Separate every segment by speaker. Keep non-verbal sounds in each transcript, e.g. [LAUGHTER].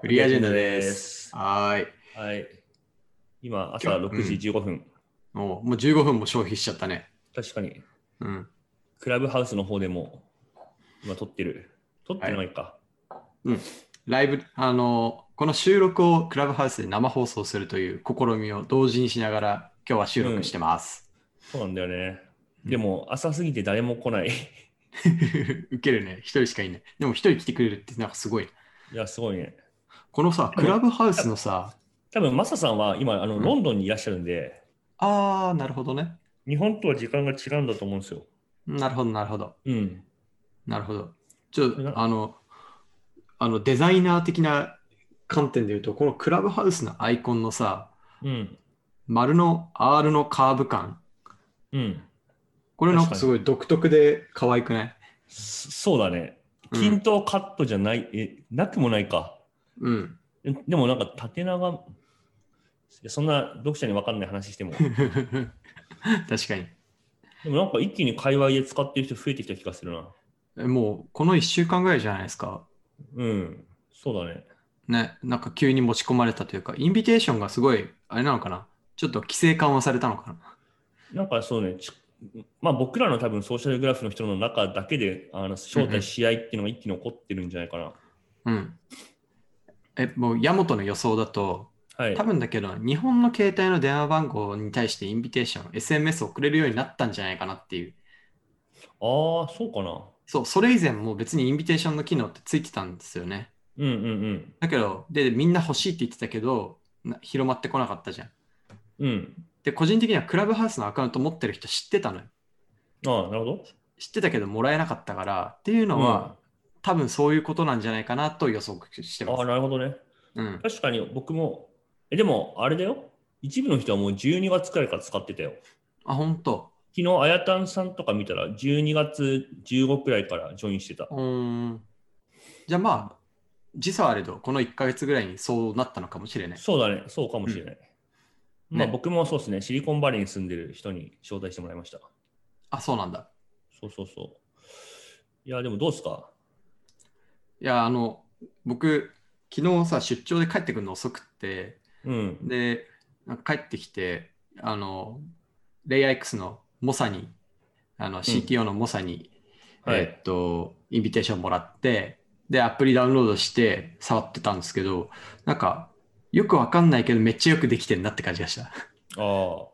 Speaker 1: フリーアジェンダです。はーい。
Speaker 2: はい。今、朝6時15分。
Speaker 1: もうもう15分も消費しちゃったね。
Speaker 2: 確かに、
Speaker 1: うん。
Speaker 2: クラブハウスの方でも、今撮ってる。撮ってないか。
Speaker 1: ライブ、あの、この収録をクラブハウスで生放送するという試みを同時にしながら、今日は収録してます。 [LAUGHS]
Speaker 2: そうなんだよね。
Speaker 1: うん
Speaker 2: でも、朝すぎて誰も来ない。 [LAUGHS] い
Speaker 1: ウケるね。一人しかいない。でも一人来てくれるってなんかすごい。
Speaker 2: や、すごいね。
Speaker 1: このさ、クラブハウスのさ、
Speaker 2: 多分マサさんは今、あの、
Speaker 1: うん
Speaker 2: ロンドンにいらっしゃるんで、
Speaker 1: あー、なるほどね。
Speaker 2: 日本とは時間が違うんだと思うんですよ。
Speaker 1: なるほど、なるほど。
Speaker 2: うん。
Speaker 1: なるほど。ちょっ
Speaker 2: な
Speaker 1: と、あの、あのデザイナー的な観点で言うと、このクラブハウスのアイコンのさ、
Speaker 2: うん。
Speaker 1: 丸の R のカーブ感。
Speaker 2: うん。
Speaker 1: これなんかすごい独特で可愛くない
Speaker 2: そそうだね。
Speaker 1: うん
Speaker 2: 均等カットじゃない、え、なくもないか。
Speaker 1: [LAUGHS] うん。
Speaker 2: えでもなんか縦長、いやそんな読者に分かんない話しても。
Speaker 1: 確かに。
Speaker 2: でもなんか一気に界隈で使ってる人増えてきた気がするな。
Speaker 1: えもうこの1週間ぐらいじゃないですか。
Speaker 2: うん、そうだね。
Speaker 1: ね、なんか急に持ち込まれたというか、インビテーションがすごい、あれなのかなちょっと規制緩和されたのかな
Speaker 2: なんかそうね、ちまあ僕らの多分ソーシャルグラフの人の中だけであの招待し合いっていうのが一気に起こってるんじゃないかな。
Speaker 1: うん。え、もう、ヤモトの予想だと、
Speaker 2: はい
Speaker 1: 多。分だけど、日本の携帯の電話番号に対してインビテーション、SMS を送れるようになったんじゃないかなっていう。
Speaker 2: ああ、そうかな。
Speaker 1: そう、それ以前も別にインビテーションの機能ってついてたんですよね。
Speaker 2: うんうん
Speaker 1: だけど、で、みんな欲しいって言ってたけど、な広まってこなかったじゃん。
Speaker 2: うん。うん。
Speaker 1: で、個人的にはクラブハウスのアカウント持ってる人知ってたのよ。
Speaker 2: ああ、なるほど。
Speaker 1: 知ってたけどもらえなかったからっていうのは、多分そういうことなんじゃないかなと予測して
Speaker 2: うんあ
Speaker 1: ま
Speaker 2: あ、
Speaker 1: す。
Speaker 2: なるほどね。
Speaker 1: うん、
Speaker 2: 確かに僕も、え、でもあれだよ。一部の人はもう12月くらいから使ってたよ。
Speaker 1: あ、本当。
Speaker 2: 昨日、あやたんさんとか見たら、12月15くらいからジョインしてた。
Speaker 1: うーん。じゃあまあ、時差はあれど、この1ヶ月ぐらいにそうなったのかもしれない。
Speaker 2: そうだね、そうかもしれない。
Speaker 1: うん
Speaker 2: まあ、
Speaker 1: ね
Speaker 2: 僕もそうですね、シリコンバレーに住んでる人に招待してもらいました。
Speaker 1: あ、そうなんだ。
Speaker 2: そうそうそう。いや、でもどうですか
Speaker 1: いや、あの、僕、昨日さ、出張で帰ってくるの遅くって、
Speaker 2: うん。
Speaker 1: で、なんか帰ってきて、あの、レイア X のモサに、あの CTO のモサに、
Speaker 2: はい
Speaker 1: えーっと、インビテーションもらって、で、アプリダウンロードして触ってたんですけど、なんか、よくわかんないけど、めっちゃよくできてんなって感じがした。
Speaker 2: ああ、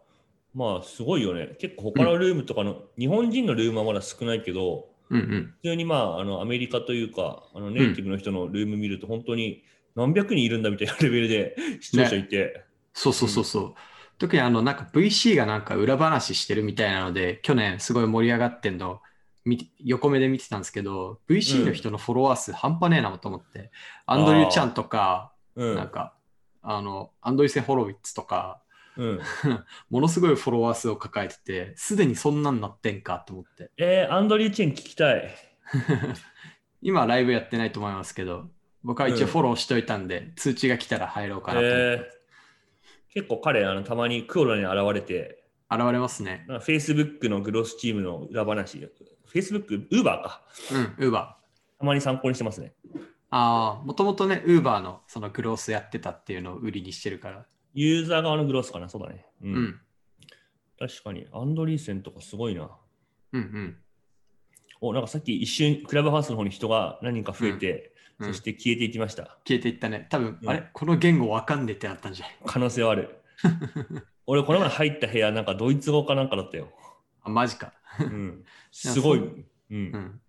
Speaker 2: まあ、すごいよね。結構、他のルームとかの、日本人のルームはまだ少ないけど、
Speaker 1: うんうん。
Speaker 2: 普通にまあ、あのアメリカというか、あのネイティブの人のルーム見ると、本当に何百人いるんだみたいなレベルで視聴者いて。
Speaker 1: そうそうそうそう。特にあの、なんか VC がなんか裏話してるみたいなので、去年すごい盛り上がってんのを見て横目で見てたんですけど、VC の人のフォロワー数半端ねえなと思って、アンドリュー・ちゃんとか、
Speaker 2: うん。
Speaker 1: なんか、あの、アンドリセ・ホロウィッツとか、
Speaker 2: うん、
Speaker 1: ものすごいフォロワー数を抱えてて、すでにそんなんなってんかと思って。 [LAUGHS]
Speaker 2: えー、アンドリュー・チェン聞きたい。
Speaker 1: 今、ライブやってないと思いますけど、僕は一
Speaker 2: う
Speaker 1: 応
Speaker 2: ん
Speaker 1: フォローしといたんで、通知が来たら入ろうかなと思って
Speaker 2: えー、結構彼あの、たまにクオラに現れて、
Speaker 1: 現れますね。
Speaker 2: フェイスブックのグロスチームの裏話、フェイスブック、ウーバーか。
Speaker 1: うん、ウーバー。
Speaker 2: たまに参考にしてますね。
Speaker 1: ああ、もともとね、ウーバーのそのグロースやってたっていうのを売りにしてるから。
Speaker 2: ユーザー側のグロスかな、そうだね。う。
Speaker 1: うんん、うん、
Speaker 2: 確かに、アンドリーセンとかすごいな。
Speaker 1: うん、
Speaker 2: お、なんかさっき一瞬、クラブハウスの方に人が何人か増えて、
Speaker 1: うん。
Speaker 2: そして消えていきました。
Speaker 1: 消えていったね。多分、
Speaker 2: うん
Speaker 1: あれこの言語わかんねえってなったんじゃない
Speaker 2: 可能性はあ
Speaker 1: [LAUGHS]
Speaker 2: る。俺、この前入った部屋、なんかドイツ語かなんかだったよ。
Speaker 1: あ、マジか。 [LAUGHS]
Speaker 2: うん。すごい。。
Speaker 1: そううんん。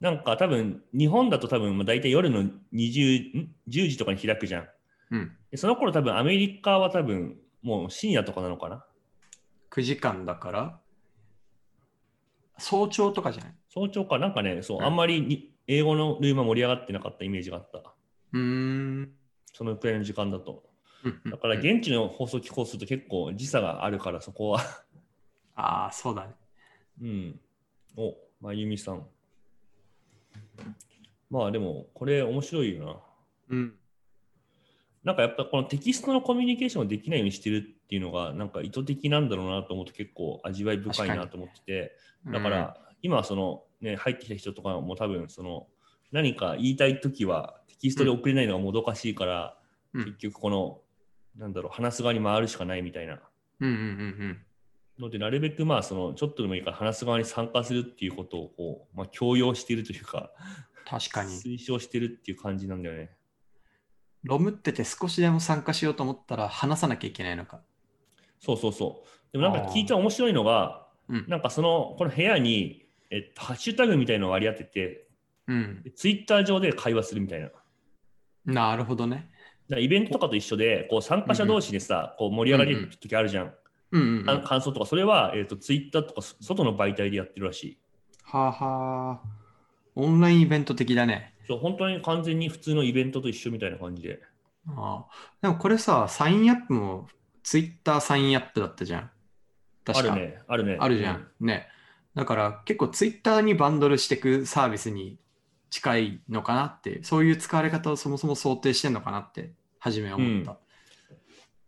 Speaker 2: なんか多分、日本だと多分、まあ、大体夜の20、ん ?10 時とかに開くじゃん。
Speaker 1: うん。
Speaker 2: でその頃多分アメリカは多分もう深夜とかなのかな
Speaker 1: 9時間だから、早朝とかじゃない
Speaker 2: 早朝かなんかねそう、
Speaker 1: うん
Speaker 2: あんまりに英語のルームは盛り上がってなかったイメージがあった
Speaker 1: うーん。
Speaker 2: そのくらいの時間だと
Speaker 1: うんうん
Speaker 2: だから現地の放送機構すると結構時差があるからそこは
Speaker 1: ああ、そうだね。
Speaker 2: うんおまゆみさんまあでもこれ面白いよな
Speaker 1: うん。
Speaker 2: なんかやっぱこのテキストのコミュニケーションをできないようにしてるっていうのがなんか意図的なんだろうなと思って結構味わい深いなと思っててだか、ら、今その、ね、入ってきた人とかも多分その何か言いたいときはテキストで送れないのがもどかしいから、
Speaker 1: うん
Speaker 2: 結局この、なんだろう、話す側に回るしかないみたいな。
Speaker 1: うんうんうん
Speaker 2: ので、なるべくまあ、その、ちょっとでもいいから話す側に参加するっていうことを、こう、まあ、強要しているというか、
Speaker 1: 確かに。
Speaker 2: 推奨してるっていう感じなんだよね。
Speaker 1: ロムってて少しでも参加しようと思ったら話さなきゃいけないのか。
Speaker 2: そうそうそう。でもなん
Speaker 1: あー
Speaker 2: か聞いた面白いのが、
Speaker 1: うん。
Speaker 2: なんかその、この部屋に、えっと、ハッシュタグみたいのを割り当てて、
Speaker 1: うん、
Speaker 2: ツイッター上で会話するみたいな。だか
Speaker 1: なるほどね。
Speaker 2: らイベントとかと一緒で、こう参加者同士でさ、こう盛り上がりる時あるじゃん。
Speaker 1: うんうん、うん。
Speaker 2: か感想とか、それは、えっと、ツイッターとかそ外の媒体でやってるらしい。
Speaker 1: はあはあ。オンラインイベント的だね。
Speaker 2: そう、本当に完全に普通のイベントと一緒みたいな感じで。
Speaker 1: ああでもこれさ、サインアップも、ツイッターサインアップだったじゃん。
Speaker 2: あ
Speaker 1: 確
Speaker 2: る
Speaker 1: か。
Speaker 2: ね、あるね。
Speaker 1: あるじゃん。ね。だから結構ツイッターにバンドルしていくサービスに近いのかなって、そういう使われ方をそもそも想定してんのかなって、初めは思った。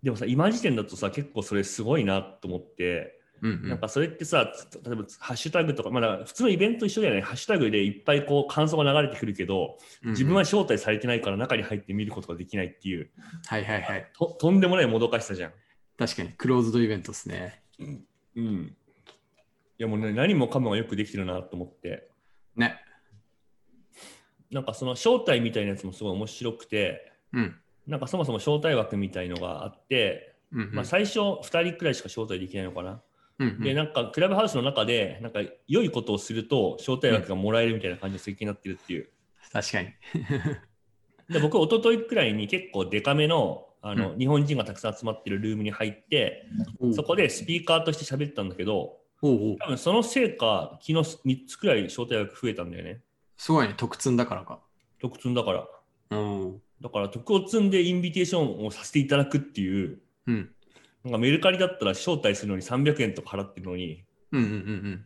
Speaker 2: でもさ、今時点だとさ、結構それすごいなと思って、
Speaker 1: うん、うん、
Speaker 2: なんかそれってさ、つ例えばハッシュタグとか、まあだから普通のイベントと一緒だよね、ハッシュタグでいっぱいこう感想が流れてくるけど、
Speaker 1: うんうん
Speaker 2: 自分は招待されてないから中に入って見ることができないっていう、
Speaker 1: はいはいはい。
Speaker 2: ととんでもないもどかしさじゃん。
Speaker 1: 確かに、クローズドイベントですね。
Speaker 2: うん。いやもうね、何もかもがよくできてるなと思って、
Speaker 1: ね。
Speaker 2: なんかその招待みたいなやつもすごい面白くて、
Speaker 1: うん。
Speaker 2: なんかそもそも招待枠みたいのがあって、
Speaker 1: うんうん、
Speaker 2: まあ、最初2人くらいしか招待できないのかな。
Speaker 1: うんうん
Speaker 2: で、なんかクラブハウスの中で、なんか良いことをすると招待枠がもらえるみたいな感じの設計になってるっていう。
Speaker 1: 確かに。
Speaker 2: で僕、一昨日くらいに結構デカめのあの、
Speaker 1: う
Speaker 2: 日本人がたくさん集まってるルームに入って、そこでスピーカーとして喋ってたんだけど、
Speaker 1: おうおう
Speaker 2: 多分そのせいか、昨日3つくらい招待枠増えたんだよね。
Speaker 1: すごいね、特訓だからか。
Speaker 2: 特訓だから。
Speaker 1: うん。
Speaker 2: だから、徳を積んでインビテーションをさせていただくっていう、
Speaker 1: うん。
Speaker 2: なんかメルカリだったら招待するのに300円とか払ってるのに、
Speaker 1: うんうんうん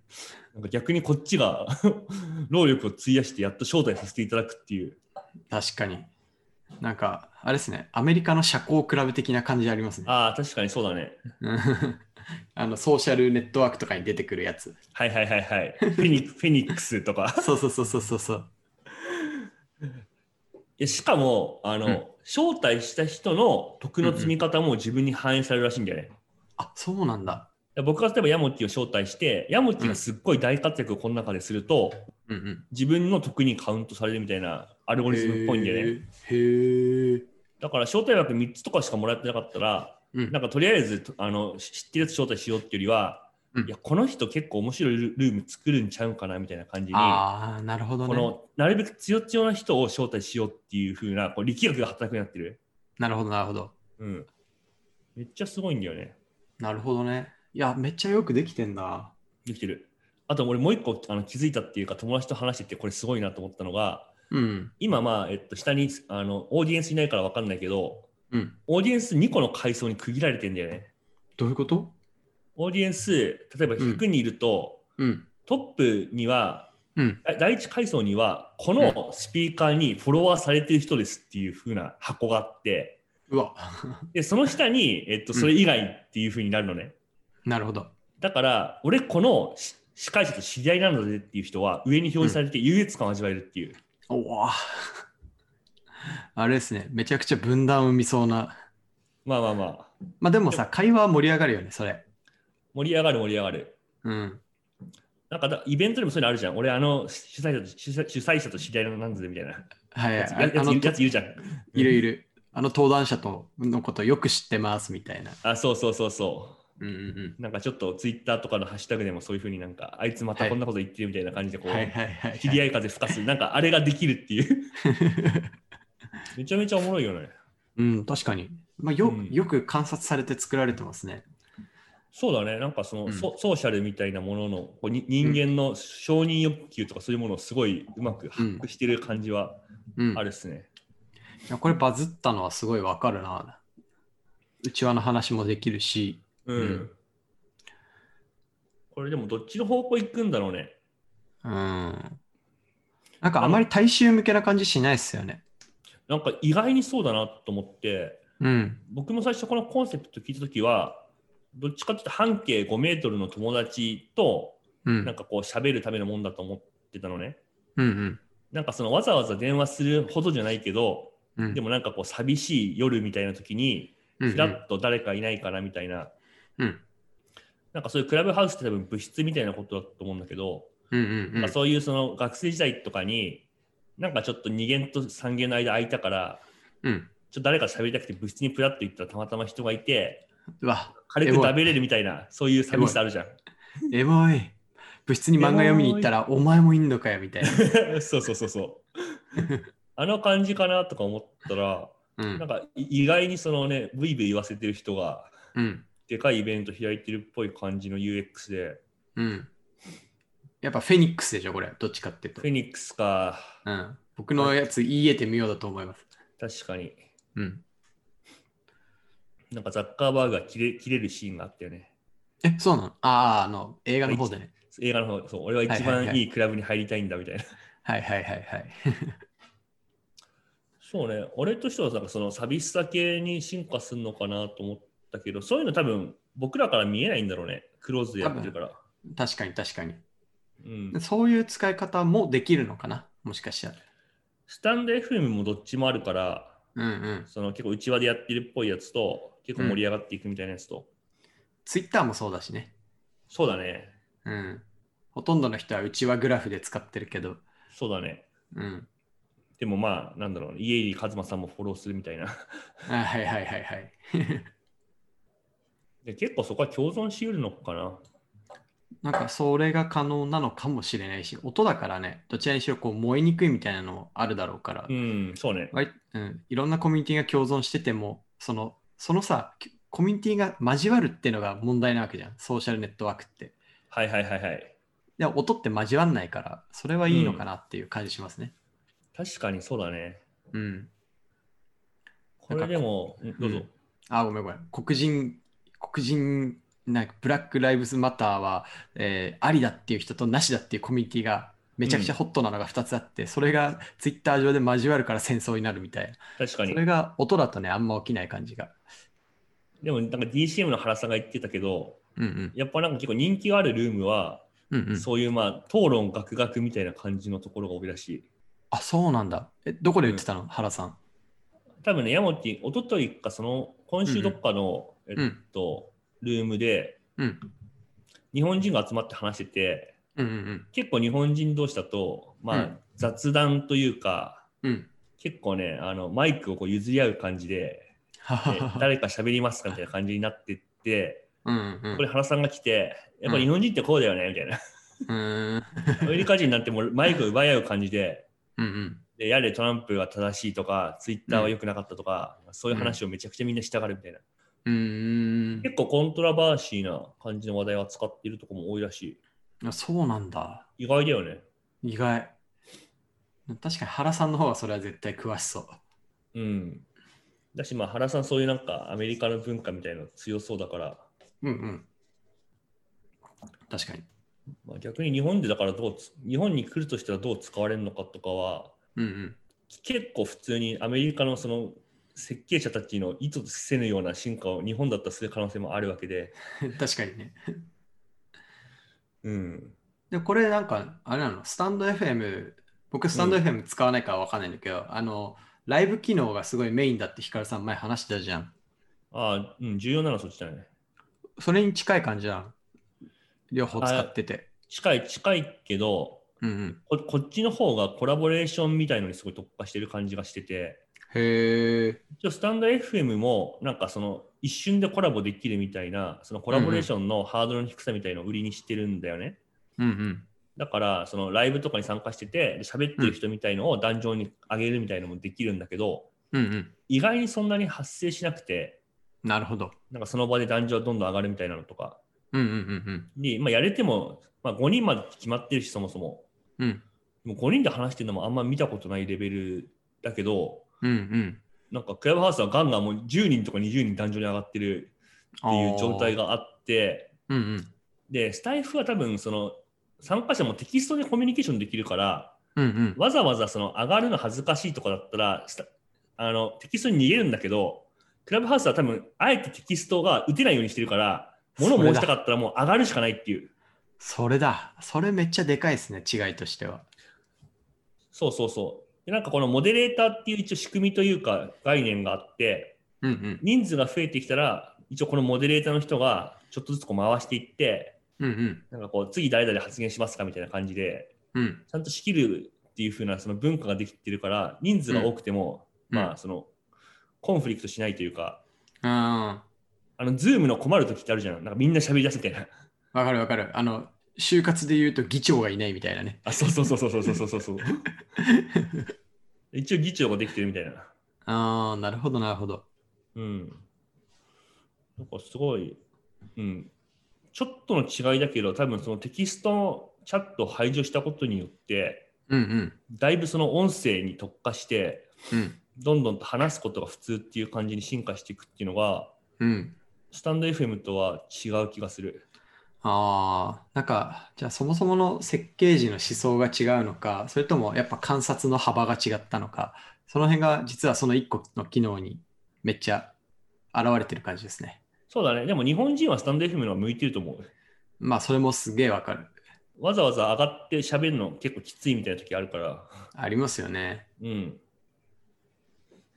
Speaker 2: なんか逆にこっちが [LAUGHS] 労力を費やしてやっと招待させていただくってい
Speaker 1: う
Speaker 2: う。
Speaker 1: ん。確かに。なんか、あれですね、アメリカの社交クラブ的な感じありますね。
Speaker 2: ああ、確かにそうだね。
Speaker 1: うん [LAUGHS] あの、ソーシャルネットワークとかに出てくるやつ。
Speaker 2: はいはいはいはい。フェニック [LAUGHS] フェニックスとか。
Speaker 1: そうそうそうそうそうそう。
Speaker 2: いやしかも、あの、
Speaker 1: うん
Speaker 2: 招待した人の得の積み方も自分に反映されるらしいんだよね。
Speaker 1: あ、そうなんだ。
Speaker 2: だから僕が例えばヤモティを招待して、ヤモティがすっごい大活躍をこの中ですると、
Speaker 1: うんうん。
Speaker 2: 自分の得にカウントされるみたいなアルゴリズムっぽいんだよね。
Speaker 1: へー。へー
Speaker 2: だから招待枠3つとかしかもらってなかったら、
Speaker 1: うん
Speaker 2: なんかとりあえずとあのし知ってるやつ招待しようっていうよりは、
Speaker 1: うん
Speaker 2: いやこの人結構面白いルルーム作るんちゃうかなみたいな感じに、
Speaker 1: ああ、なるほど
Speaker 2: こ
Speaker 1: ね。
Speaker 2: のなるべく強強な人を招待しようっていう風なこう力学が働くようになってる、
Speaker 1: なるほど、なるほど。
Speaker 2: うん。めっちゃすごいんだよね。
Speaker 1: なるほどね。いや、めっちゃよくできてんな。
Speaker 2: できてる。あと俺もう一個あの気づいたっていうか友達と話しててこれすごいなと思ったのが
Speaker 1: うん。
Speaker 2: 今まあ、えっと、下にあのオーディエンスいないから分かんないけど
Speaker 1: うん。
Speaker 2: オーディエンス2個の階層に区切られてんだよね。
Speaker 1: どういうこと
Speaker 2: オーディエンス、例えば100人いると、
Speaker 1: うん。
Speaker 2: トップには、
Speaker 1: うん
Speaker 2: だ第一階層には、このスピーカーにフォロワーされてる人ですっていう風な箱があって、
Speaker 1: うわ。
Speaker 2: で、その下に、えっと、
Speaker 1: うん
Speaker 2: それ以外っていう風になるのね。
Speaker 1: なるほど。
Speaker 2: だから、俺、このし司会者と知り合いなのでっていう人は、上に表示されて優越感を味わえるっていう。
Speaker 1: おわ。 [LAUGHS] あれですね、めちゃくちゃ分断を生みそうな。
Speaker 2: まあまあまあ、
Speaker 1: まあでもさ、会話は盛り上がるよね、それ。
Speaker 2: 盛り上がる盛り上がる。
Speaker 1: うん。
Speaker 2: なんかだ、イベントでもそういうのあるじゃん。俺、あの、主催者と主催主催者と知り合いなのでみたいな。
Speaker 1: はい、
Speaker 2: や
Speaker 1: は
Speaker 2: つ
Speaker 1: い。
Speaker 2: やや
Speaker 1: ああ
Speaker 2: つ
Speaker 1: の、
Speaker 2: いるやついるじゃん。
Speaker 1: いるいる。あの登壇者とのことよく知ってますみたいな。
Speaker 2: あ、そうそうそうそう。
Speaker 1: うんうん
Speaker 2: なんかちょっとツイッターとかのハッシュタグでもそういうふうになんかあいつまたこんなこと言ってるみたいな感じで
Speaker 1: う
Speaker 2: こ
Speaker 1: ん。
Speaker 2: う、
Speaker 1: はいはいはい、
Speaker 2: 知り
Speaker 1: 合い。
Speaker 2: 合い風吹かすなんかあれができるって [LAUGHS] いうめちゃめちゃおもろいよね
Speaker 1: うん、確かに。まあ、よ
Speaker 2: うん
Speaker 1: よく観察されて作られてますね。
Speaker 2: そうだねなんかその、
Speaker 1: うん
Speaker 2: ソソーシャルみたいなもののこうに人間の承認欲求とかそういうものをすごいうまく把握してる感じは
Speaker 1: うん。
Speaker 2: あるっすね、
Speaker 1: いやこれバズったのはすごいわかるな。うちわの話もできるし、
Speaker 2: うん
Speaker 1: うん
Speaker 2: これでもどっちの方向行くんだろうね
Speaker 1: うん。なんかあまり大衆向けな感じしないですよね。
Speaker 2: なんか意外にそうだなと思って
Speaker 1: うん。
Speaker 2: 僕も最初このコンセプト聞いた時はどっちかっていうと半径5メートルの友達と
Speaker 1: うん。
Speaker 2: なんかこう喋るためのもんだと思ってたのね。
Speaker 1: うんうん。
Speaker 2: なんかそのわざわざ電話するほどじゃないけど、
Speaker 1: うん
Speaker 2: でもなんかこう寂しい夜みたいな時に、
Speaker 1: うん
Speaker 2: ふらっと誰かいないかなみたいな、
Speaker 1: うん
Speaker 2: なんかそういうクラブハウスって多分部室みたいなことだと思うんだけど、
Speaker 1: うんうん
Speaker 2: なんかそういうその学生時代とかに、なんかちょっと2限と3限の間空いたから、
Speaker 1: うんうん
Speaker 2: ちょっと誰か喋りたくて部室にプラッと行ったらたまたま人がいて、
Speaker 1: うわ
Speaker 2: 軽く食べれるみたいな、そういう寂しさあるじゃん。
Speaker 1: エモい部室に漫画読みに行ったらお前もいんのかよみたいな、
Speaker 2: [LAUGHS] そうそうそうそう。あの感じかなとか思ったら、
Speaker 1: うん
Speaker 2: なんかい意外にそのね、ブイブイ言わせてる人が、
Speaker 1: うん
Speaker 2: でかいイベント開いてるっぽい感じの UX で、
Speaker 1: うん、やっぱフェニックスでしょこれどっちかっていうと
Speaker 2: フェ、ニックスか、
Speaker 1: うん、僕のやつ言い得てみようだと思います、
Speaker 2: 確かに、
Speaker 1: うん、
Speaker 2: なんかザッカーバーグが切れ切れるシーンがあったよね。
Speaker 1: えそうなのあああの映画の方でね
Speaker 2: 映画の方、そう俺は一
Speaker 1: はいはいは
Speaker 2: 番
Speaker 1: い
Speaker 2: いいクラブに入りたいんだみたいな。
Speaker 1: はいはいはいはい
Speaker 2: そうね、俺としてはなんかその寂しさ系に進化するのかなと思ったけど、そういうの多分僕らから見えないんだろうね、クローズでやってるから。
Speaker 1: 確かに確かに
Speaker 2: うん、
Speaker 1: そういう使い方もできるのかなもしかしたら
Speaker 2: スタンド FM もどっちもあるから、
Speaker 1: うんうん
Speaker 2: その結構内輪でやってるっぽいやつと、結構盛り上がっていくみたいなやつと。
Speaker 1: ツイッターもそうだしね
Speaker 2: そうだね、
Speaker 1: うんほとんどの人はうちはグラフで使ってるけど
Speaker 2: そうだね。
Speaker 1: うん
Speaker 2: でもまあ、なんだろうね、家入一馬さんもフォローするみたいな。 [LAUGHS]
Speaker 1: あはいはいはいはい
Speaker 2: で結構そこは共存しうるのかな。
Speaker 1: なんかそれが可能なのかもしれないし音だからねどちらにしろこう燃えにくいみたいなのもあるだろうから、
Speaker 2: うん、そうね。
Speaker 1: 割うん、いろんなコミュニティが共存しててもそのそのさコミュニティが交わるっていうのが問題なわけじゃんソーシャルネットワークって
Speaker 2: はいはいはいはい。
Speaker 1: でも音って交わんないからそれはいいのかなっていう感じしますね
Speaker 2: 確かにそうだね。
Speaker 1: うん、
Speaker 2: これでも、うんどうぞ。
Speaker 1: うんあごめんごめん黒人黒人なんかブラック・ライブズ・マターは、えーありだっていう人となしだっていうコミュニティがめちゃくちゃホットなのが2つあって、それがツイッター上で交わるから戦争になるみたいな
Speaker 2: 確か
Speaker 1: そ
Speaker 2: に。
Speaker 1: れが音だとねあんま起きない感じが
Speaker 2: でもなんか DCM の原さんが言ってたけど、
Speaker 1: うん
Speaker 2: やっぱなんか結構人気があるルームは、
Speaker 1: うんうんうん
Speaker 2: そういうまあ討論ガクガクみたいな感じのところが多いらしい。
Speaker 1: あそうなんだえどこで売ってたの、原さん
Speaker 2: 多分ね、ヤモティ、おとといか、その今週どっかの、
Speaker 1: ん
Speaker 2: えっと、ルームで、
Speaker 1: うん
Speaker 2: 日本人が集まって話してて、
Speaker 1: うんうん
Speaker 2: 結構日本人同士だと、まあ、
Speaker 1: うん
Speaker 2: 雑談というか、
Speaker 1: うんうん
Speaker 2: 結構ね、あのマイクをこう譲り合う感
Speaker 1: [LAUGHS]
Speaker 2: じで、
Speaker 1: はは
Speaker 2: え
Speaker 1: はは
Speaker 2: 誰か喋りますかみたいな感じになってって、
Speaker 1: うんうんうん
Speaker 2: これ原さんが来て、やっぱ日本人ってこうだよねみたいな。
Speaker 1: うーん
Speaker 2: アメリカ人になってもうマイクを奪い合う感じで、
Speaker 1: うんうん
Speaker 2: でやれトランプが正しいとか、ツイッターは良くなかったとか、そういう話をめちゃくちゃみんなしたがるみたいな。
Speaker 1: うーん
Speaker 2: 結構コントラバーシーな感じの話題を扱っているとこも多いらし
Speaker 1: あそうなんだ
Speaker 2: い。意外だよね。
Speaker 1: 意外確かに原さんの方はそれは絶対詳しそう
Speaker 2: うん。だし、まあ原さん、そういうなんかアメリカの文化みたいなの強そうだから、
Speaker 1: うんうん。確かに。
Speaker 2: まあ、逆に日本でだからどうつ、日本に来るとしたらどう使われるのかとかは、
Speaker 1: うん
Speaker 2: 結構普通にアメリカのその設計者たちの意図せぬような進化を日本だったらする可能性もあるわけで、
Speaker 1: うん。 [LAUGHS] 確かにね。
Speaker 2: うん。
Speaker 1: で、これなんか、あれなの、スタンド FM、僕スタンド
Speaker 2: う
Speaker 1: FM 使わないからわかんないんだけど、あの、ライブ機能がすごいメインだってヒカルさん前話してたじゃん。
Speaker 2: ああ、うん、重要なのはそっちだね。
Speaker 1: それに近い感じなの。両方使ってて。
Speaker 2: 近い、近いけど、
Speaker 1: うんうん。
Speaker 2: ここっちの方がコラボレーションみたいのにすごい特化してる感じがしてて、
Speaker 1: へえ。
Speaker 2: 一応スタンド FM もなんかその一瞬でコラボできるみたいな、そのコラボレーションのハードルの低さみたいのを売りにしてるんだよね。
Speaker 1: うんうん。
Speaker 2: だから、そのライブとかに参加してて、で喋ってる人みたいのを壇上に上げるみたいのもできるんだけど、
Speaker 1: うんうん。
Speaker 2: 意外にそんなに発生しなくて、
Speaker 1: なるほど。
Speaker 2: なんかその場で壇上どんどん上がるみたいなのとか、
Speaker 1: うんうんうん
Speaker 2: に、まあ、やれても、まあ、5人まで決まってるし、そもそも。
Speaker 1: うん。うん
Speaker 2: もう5人で話してるのもあんま見たことないレベルだけど、
Speaker 1: うんうん。
Speaker 2: なんかクラブハウスはガンガンもう10人とか20人壇上に上がってるっていう状態
Speaker 1: が。
Speaker 2: があって、
Speaker 1: うんうん。
Speaker 2: で、スタイフは多分その参加者もテキストでコミュニケーションできるから、
Speaker 1: うんうん。
Speaker 2: わざわざその上がるの恥ずかしいとかだったら、スタあのテキストに逃げるんだけど、クラブハウスは多分あえてテキストが打てないようにしてるから、物を申したかったらもう上がるしかないっていう。
Speaker 1: それだ。それめっちゃでかいですね、違いとしては。
Speaker 2: そうそうそう。でなんかこのモデレーターっていう一応仕組みというか概念があって、
Speaker 1: うんうん。
Speaker 2: 人数が増えてきたら、一応このモデレーターの人がちょっとずつこう回していって、
Speaker 1: うんうん。
Speaker 2: なんかこう次誰々発言しますかみたいな感じで、
Speaker 1: うん。
Speaker 2: ちゃんと仕切るっていう風なその文化ができてるから、人数が多くても、
Speaker 1: うん
Speaker 2: まあそのコンフリクトしないというか、
Speaker 1: あ
Speaker 2: あの、ズームの困る時ってあるじゃん。なんかみんな喋り出すみたいな。
Speaker 1: あ、わかるわかる。あの、就活で言うと議長がいないみたいなね。
Speaker 2: あ、そうそうそうそうそうそうそ
Speaker 1: [LAUGHS]
Speaker 2: うそう。一応議長ができてるみたいな。
Speaker 1: ああ、なるほどなるほど。
Speaker 2: うん。なんかすごい、うん。ちょっとの違いだけど、多分そのテキストのチャットを排除したことによって、
Speaker 1: うんうん。
Speaker 2: だいぶその音声に特化して、
Speaker 1: うん。
Speaker 2: どんどんと話すことが普通っていう感じに進化していくっていうのが、
Speaker 1: うん。
Speaker 2: スタンド FM とは違う気がする。
Speaker 1: ああ、なんか、じゃあそもそもの設計時の思想が違うのか、それともやっぱ観察の幅が違ったのか、その辺が実はその一個の機能にめっちゃ現れてる感じですね。
Speaker 2: そうだね。でも日本人はスタンド FM の方が向いてると思う。
Speaker 1: まあ、それもすげえわかる。
Speaker 2: わざわざ上がって喋るの結構きついみたいな時あるから。
Speaker 1: ありますよね。
Speaker 2: うん。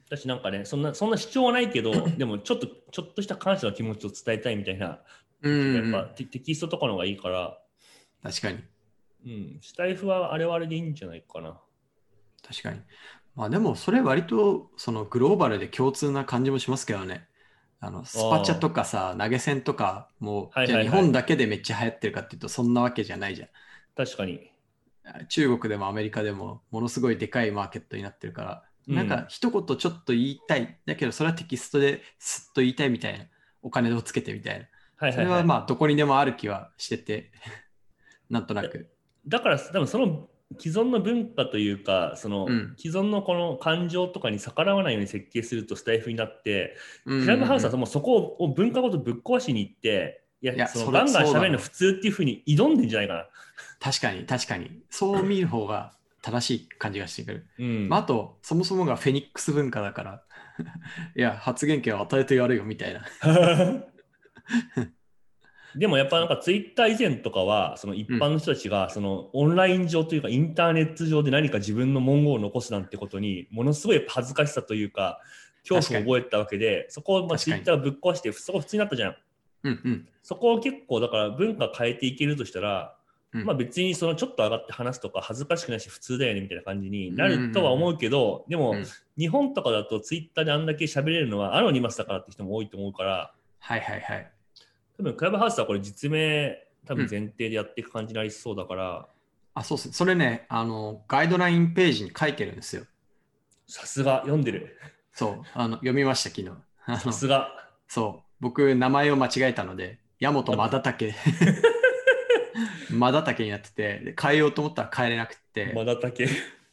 Speaker 2: 私なんかね、そんな、そんな主張はないけど、
Speaker 1: [LAUGHS]
Speaker 2: でもちょっと、ちょっとした感謝の気持ちを伝えたいみたいな、
Speaker 1: うんうん、
Speaker 2: やっぱテテキストとかの方がいいから、
Speaker 1: 確かに。
Speaker 2: うん、スタイフはあれはあれでいいんじゃないかな。
Speaker 1: 確かに。まあでもそれ割とそのグローバルで共通な感じもしますけどね。あのスパチャとかさ、投げ銭とかも
Speaker 2: はいはいはい
Speaker 1: じゃあ日本だけでめっちゃ流行ってるかっていうとそんなわけじゃないじゃん。
Speaker 2: 確かに。
Speaker 1: 中国でもアメリカでもものすごいでかいマーケットになってるから、
Speaker 2: うん
Speaker 1: なんか一言ちょっと言いたいだけどそれはテキストですっと言いたいみたいなお金をつけてみたいな
Speaker 2: はい
Speaker 1: そ
Speaker 2: はい、
Speaker 1: れ
Speaker 2: は。
Speaker 1: はいまあどこにでもある気はしてて [LAUGHS] なんとなく
Speaker 2: だから、多分その既存の文化というか、その、
Speaker 1: うん
Speaker 2: 既存のこの感情とかに逆らわないように設計するとスタイフになって、
Speaker 1: ク
Speaker 2: クラブハウスはもうそこを文化ごとぶっ壊しに行って、いや、
Speaker 1: いや
Speaker 2: そ
Speaker 1: そ
Speaker 2: の
Speaker 1: れ
Speaker 2: ガンガン
Speaker 1: そうだ
Speaker 2: 喋るの普通っていうふうに挑んでんじゃないかな。
Speaker 1: 確かに確かにそう見る方が正しい感じがしてくる、
Speaker 2: うん。
Speaker 1: まあ、あとそもそもがフェニックス文化だから [LAUGHS] いや発言権を与えてやるよみたいな
Speaker 2: [LAUGHS] でもやっぱなんかツイッター以前とかはその一般の人たちがそのオンライン上というかインターネット上で何か自分の文言を残すなんてことにものすごい恥ずかしさというか恐怖を覚えてたわけでそこをまあ
Speaker 1: 確
Speaker 2: ツ
Speaker 1: か
Speaker 2: イ
Speaker 1: に
Speaker 2: ッターぶっ壊してそこ普通になったじゃん
Speaker 1: うんうん
Speaker 2: そこを結構だから文化変えていけるとした
Speaker 1: う
Speaker 2: ら、
Speaker 1: ん
Speaker 2: まあ別にそのちょっと上がって話すとか恥ずかしくないし普通だよねみたいな感じになるとは思うけど、でも
Speaker 1: うん
Speaker 2: 日本とかだとツイッターであんだけ喋れるのはアノニマスだからって人も多いと思うから、
Speaker 1: はいはいはい
Speaker 2: 多分クラブハウスはこれ実名多分前提でやっていく感じになりそうだから、
Speaker 1: あそうそうそれねあのガイドラインページに書いてるんですよ
Speaker 2: さすが読んでる
Speaker 1: そう、あの読みました、昨日。あ
Speaker 2: さ
Speaker 1: の
Speaker 2: すが
Speaker 1: そう、僕、名前を間違えたので、ヤモトマダタ
Speaker 2: [LAUGHS]
Speaker 1: ケ。マダタケになってて、で変えようと思ったら変えれなくて、
Speaker 2: まだたけ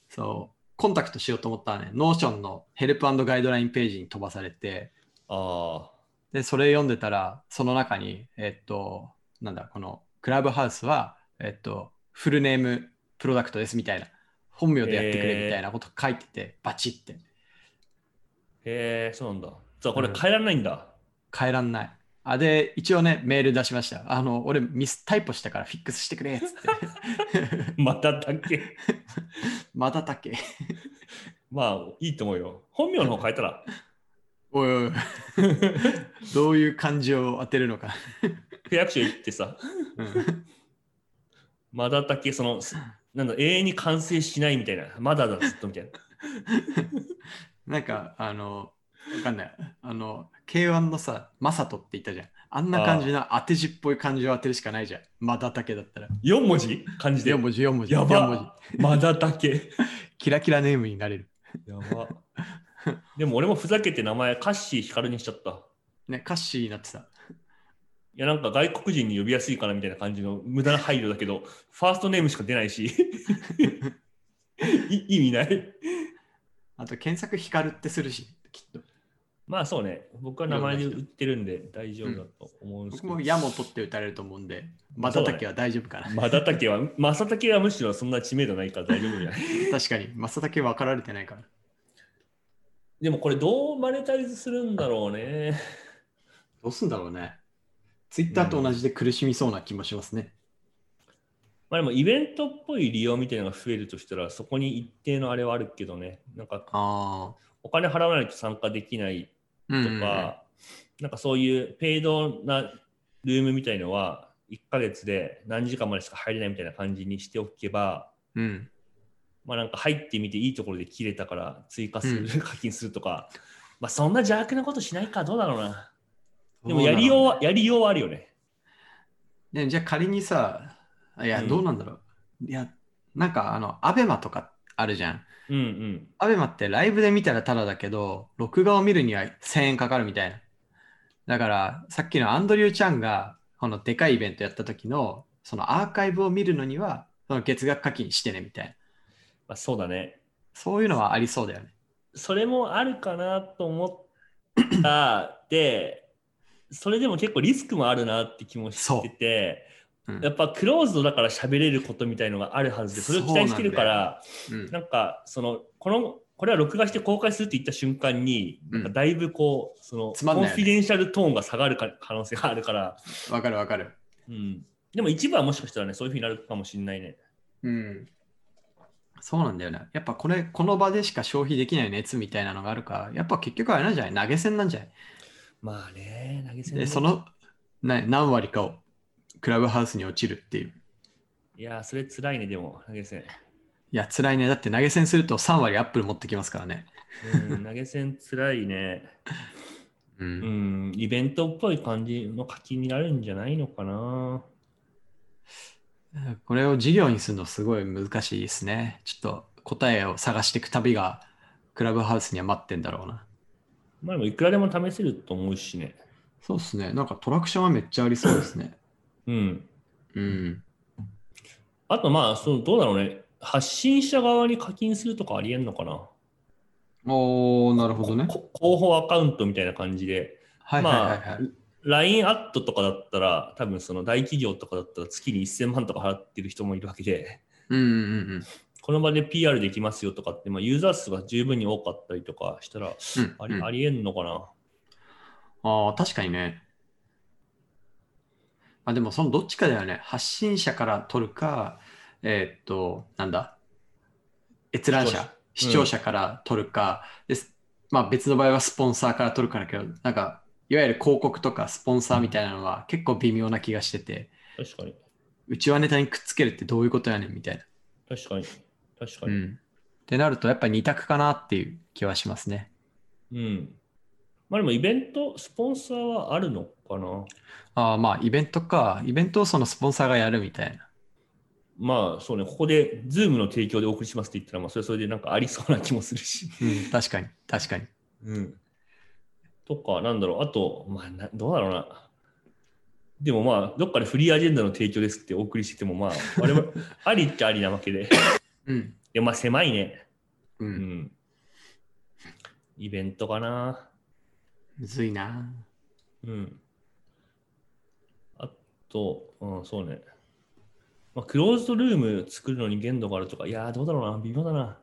Speaker 1: そう、コンタクトしようと思ったらね、ノーションのヘルプガイドラインページに飛ばされて、
Speaker 2: ああ
Speaker 1: で、それ読んでたら、その中に、えっと、なんだ、このクラブハウスは、えっと、フルネームプロダクトですみたいな、本名でやってくれみたいなこと書いてて、バチって、
Speaker 2: へえそうなんだそうこ
Speaker 1: う
Speaker 2: れ
Speaker 1: ん
Speaker 2: 変えられないん
Speaker 1: [LAUGHS]
Speaker 2: だ、
Speaker 1: 変えらんない。あで、一応ね、メール出しました。あの、俺、ミスタイプしたからフィックスしてく [LAUGHS] れっつって。
Speaker 2: まだたけ
Speaker 1: またたけ。
Speaker 2: まあいいと思うよ本名の方変え
Speaker 1: [LAUGHS]
Speaker 2: たら
Speaker 1: おいおい、どういう感じを当てるのか。
Speaker 2: 区役所行ってさ
Speaker 1: うん
Speaker 2: まだたけ
Speaker 1: [LAUGHS]
Speaker 2: そのすなんだ永遠に完成しないみたいなまだだずっとみたいな
Speaker 1: なんか、あの、わかんない。あの、K1 のさ、マサトって言ったじゃん。あんな感じな当て字っぽい感じを当てるしかないじゃん。またたけだったら。
Speaker 2: 4文字漢字で
Speaker 1: 4文字、4文字。
Speaker 2: や
Speaker 1: 四文字
Speaker 2: ばまだたけ
Speaker 1: キラキラネームになれる。
Speaker 2: やば [LAUGHS] でも俺もふざけて名前カッシーヒカルにしちゃった
Speaker 1: ね、歌詞になってた。
Speaker 2: いやなんか外国人に呼びやすいかなみたいな感じの無駄な配慮だけど、ファーストネームしか出ないし、 [LAUGHS] い意味ない。
Speaker 1: あと、検索光ってするし、きっと。
Speaker 2: まあそうね、僕は名前で売ってるんで大丈夫だと思うんで
Speaker 1: 僕
Speaker 2: すけど、
Speaker 1: もヤモトって打たれると思うんで、またたけは大丈夫かな。
Speaker 2: マダタケは、マサタケはむしろそんな知名度ないから大丈夫じゃない。
Speaker 1: 確かに、マサタケ分かられてないから。
Speaker 2: でもこれどうマネタイズするんだろうね。 [LAUGHS]
Speaker 1: どうすんだろうね。ツイッターと同じで苦しみそうな気もしますね。
Speaker 2: まあでもイベントっぽい利用みたいなのが増えるとしたらそこに一定のあれはあるけどねなんか
Speaker 1: ああ。
Speaker 2: お金払わないと参加できない
Speaker 1: うん
Speaker 2: と
Speaker 1: うんうん
Speaker 2: か、なんかそういうペイドなルームみたいのは1ヶ月で何時間までしか入れないみたいな感じにしておけば
Speaker 1: うん。
Speaker 2: まあなんか入ってみていいところで切れたから追加する、
Speaker 1: うん
Speaker 2: 課金するとかまあそんな邪悪なことしないかどうだろうなでもやりようはやりようはあるよね
Speaker 1: ね、じゃあ仮にさ、いや、
Speaker 2: うん
Speaker 1: どうなんだろう。いや、なんかあの、アベマとかあるじゃん。
Speaker 2: うんうん
Speaker 1: アベマってライブで見たらタダだけど、録画を見るには1000円かかるみたいな。だから、さっきのアンドリュー・チャンが、このでかいイベントやった時の、そのアーカイブを見るのには、その月額課金してねみたいな。
Speaker 2: まあそうだね
Speaker 1: そういうのはありそうだよね。
Speaker 2: それもあるかなと思った
Speaker 1: [COUGHS]
Speaker 2: でそれでも結構リスクもあるなって気もしてて、
Speaker 1: うん
Speaker 2: やっぱクローズドだから喋れることみたいのがあるはずでそれを期待してるから
Speaker 1: うん
Speaker 2: なんかそのこのこれは録画して公開するって言った瞬間に、
Speaker 1: うん
Speaker 2: なんかだいぶこうその
Speaker 1: つまん
Speaker 2: コ
Speaker 1: ない
Speaker 2: ン
Speaker 1: よ
Speaker 2: フ
Speaker 1: ね
Speaker 2: ィデンシャルトーンが下がるか可能性があるから、
Speaker 1: わかるわかる。
Speaker 2: うん、でも一部はもしかしたらねそういうふうになるかもしれないね。
Speaker 1: うん。そうなんだよね。やっぱこれ、この場でしか消費できない熱みたいなのがあるから、やっぱ結局あれなんじゃない投げ銭なんじゃない
Speaker 2: まあね投げ銭ね
Speaker 1: で、そのな何割かをクラブハウスに落ちるっていう。
Speaker 2: いやーそれ辛いねでも投げ銭。
Speaker 1: いや、辛いね。だって投げ銭すると3割アップル持ってきますからね。
Speaker 2: うん、投げ銭つらいね。
Speaker 1: う。
Speaker 2: うんん、イベントっぽい感じの課金になるんじゃないのかな。
Speaker 1: これを事業にするのすごい難しいですね。ちょっと答えを探していく旅がクラブハウスには待ってんだろうな。
Speaker 2: まあでもいくらでも試せると思うしね。
Speaker 1: そうですね。なんかトラクションはめっちゃありそうですね。
Speaker 2: うん。
Speaker 1: うん。
Speaker 2: あとまあ、そのどうだろうね。発信者側に課金するとかありえんのかな。
Speaker 1: おー、なるほどね。
Speaker 2: こ広報アカウントみたいな感じで。
Speaker 1: はいはいはいはい。
Speaker 2: LINE アットとかだったら、多分その大企業とかだったら月に1000万とか払ってる人もいるわけで、
Speaker 1: うんうんうんうん。
Speaker 2: この場で PR できますよとかって、まあ、ユーザー数が十分に多かったりとかしたら、
Speaker 1: うん
Speaker 2: あり,、
Speaker 1: うん
Speaker 2: ありえんのかな。
Speaker 1: ああ、確かにね。まあでも、そのどっちかだよね。発信者から取るか、えーっと、なんだ、閲覧者、
Speaker 2: 視
Speaker 1: 視
Speaker 2: 聴者
Speaker 1: 聴者から取るか、ですまあ別の場合はスポンサーから取るかだけど、なんか、いわゆる広告とかスポンサーみたいなのは結構微妙な気がしてて、
Speaker 2: 確かに。
Speaker 1: うちはネタにくっつけるってどういうことやねんみたいな。
Speaker 2: 確かに。確か
Speaker 1: う
Speaker 2: に。
Speaker 1: ん。ってなると、やっぱ二択かなっていう気はしますね。
Speaker 2: うん。まあでもイベント、スポンサーはあるのかな
Speaker 1: ああ、まあイベントか、イベントをそのスポンサーがやるみたいな。
Speaker 2: まあそうね、ここで Zoom の提供でお送りしますって言ったら、まあそれはそれでなんかありそうな気もするし。
Speaker 1: うん、確かに、確かに。
Speaker 2: うん。とか、なんだろう、あと、まあなどうだろうな。でもまあ、どっかでフリーアジェンダの提供ですってお送りしてても、まあ、我 [LAUGHS] 々、ありっちゃありなわけで。い
Speaker 1: うん。
Speaker 2: や、まあ狭いね。
Speaker 1: う。
Speaker 2: うんん。イベントかな。
Speaker 1: むずいな。
Speaker 2: うん。あと、うん、そうね。まあ、クローズドルーム作るのに限度があるとか、いやー、どうだろうな、微妙だな。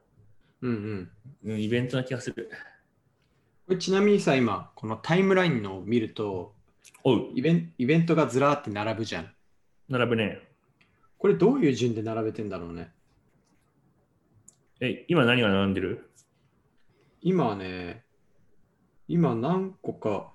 Speaker 1: うんうん。
Speaker 2: うん、イベントな気がする。
Speaker 1: これちなみにさ、今、このタイムラインのを見ると、
Speaker 2: おう、
Speaker 1: イベンイベントがずらーって並ぶじゃん。
Speaker 2: 並ぶね。
Speaker 1: これどういう順で並べてんだろうね。
Speaker 2: え、今何が並んでる
Speaker 1: 今はね、今何個か。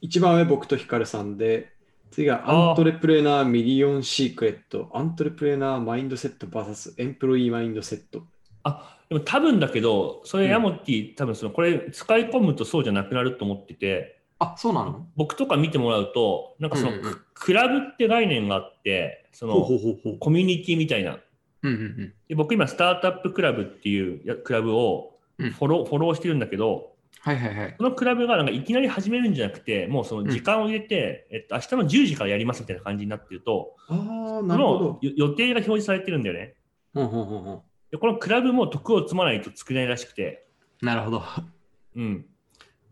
Speaker 1: 一番上僕とヒカルさんで、次が
Speaker 2: あー
Speaker 1: アントレプレナーミリオンシークレット、アントレプレナーマインドセット VS エンプロイーマインドセット。
Speaker 2: あ、でも多分だけど、それ
Speaker 1: うん
Speaker 2: ヤモティ、多分その、これ使い込むとそうじゃなくなると思ってて、
Speaker 1: あ、そうなの
Speaker 2: 僕とか見てもらうと、なんかその、
Speaker 1: うんうんうん
Speaker 2: ククラブって概念があって、その、
Speaker 1: ほうほうほうほう。
Speaker 2: コミュニティみたいな。
Speaker 1: うんうんうん。
Speaker 2: で僕今スタートアップクラブっていうやクラブをフ
Speaker 1: うん
Speaker 2: ォロー,、フォローしてるんだけど
Speaker 1: はいはいはい。
Speaker 2: そのクラブがなんかいきなり始めるんじゃなくてもうその時間を入れて、えっと、明日の10時からやりますみたいな感じになってると
Speaker 1: ああ、
Speaker 2: そ
Speaker 1: なるほ
Speaker 2: の
Speaker 1: ど。
Speaker 2: よ予定が表示されてるんだよね
Speaker 1: ほうほうほうほ
Speaker 2: でこのクラブも得を積まないと作れないらしくて、
Speaker 1: うなるほど。 [LAUGHS]
Speaker 2: うん、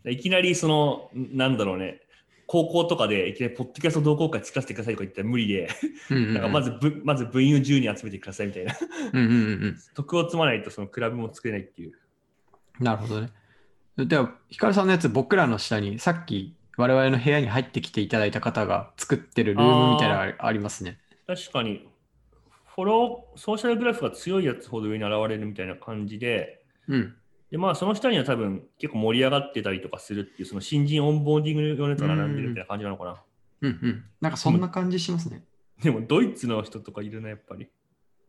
Speaker 2: いきなりそのんなんだろうね高校とかでいきなりポッドキャスト同好会作らせてくださいとか言ったら無理で、
Speaker 1: な
Speaker 2: なんかまずぶまず部員を10人集めてくださいみたいな、 [LAUGHS]
Speaker 1: うんうんうん
Speaker 2: 得を積まないとそのクラブも作れないっていう。
Speaker 1: うん。なるほどね。では、ヒカルさんのやつ、僕らの下にさっき我々の部屋に入ってきていただいた方が作ってるルームみたいなのがありますね。
Speaker 2: 確かに、フォロー、ソーシャルグラフが強いやつほど上に現れるみたいな感じで、
Speaker 1: うん。
Speaker 2: で、まあ、その下には多分結構盛り上がってたりとかするっていう、その新人オンボーディング用のやつが並んでるみたいな感じなのかな。
Speaker 1: うんうん。なんかそんな感じしますね。
Speaker 2: でも、ドイツの人とかいるな、やっぱり。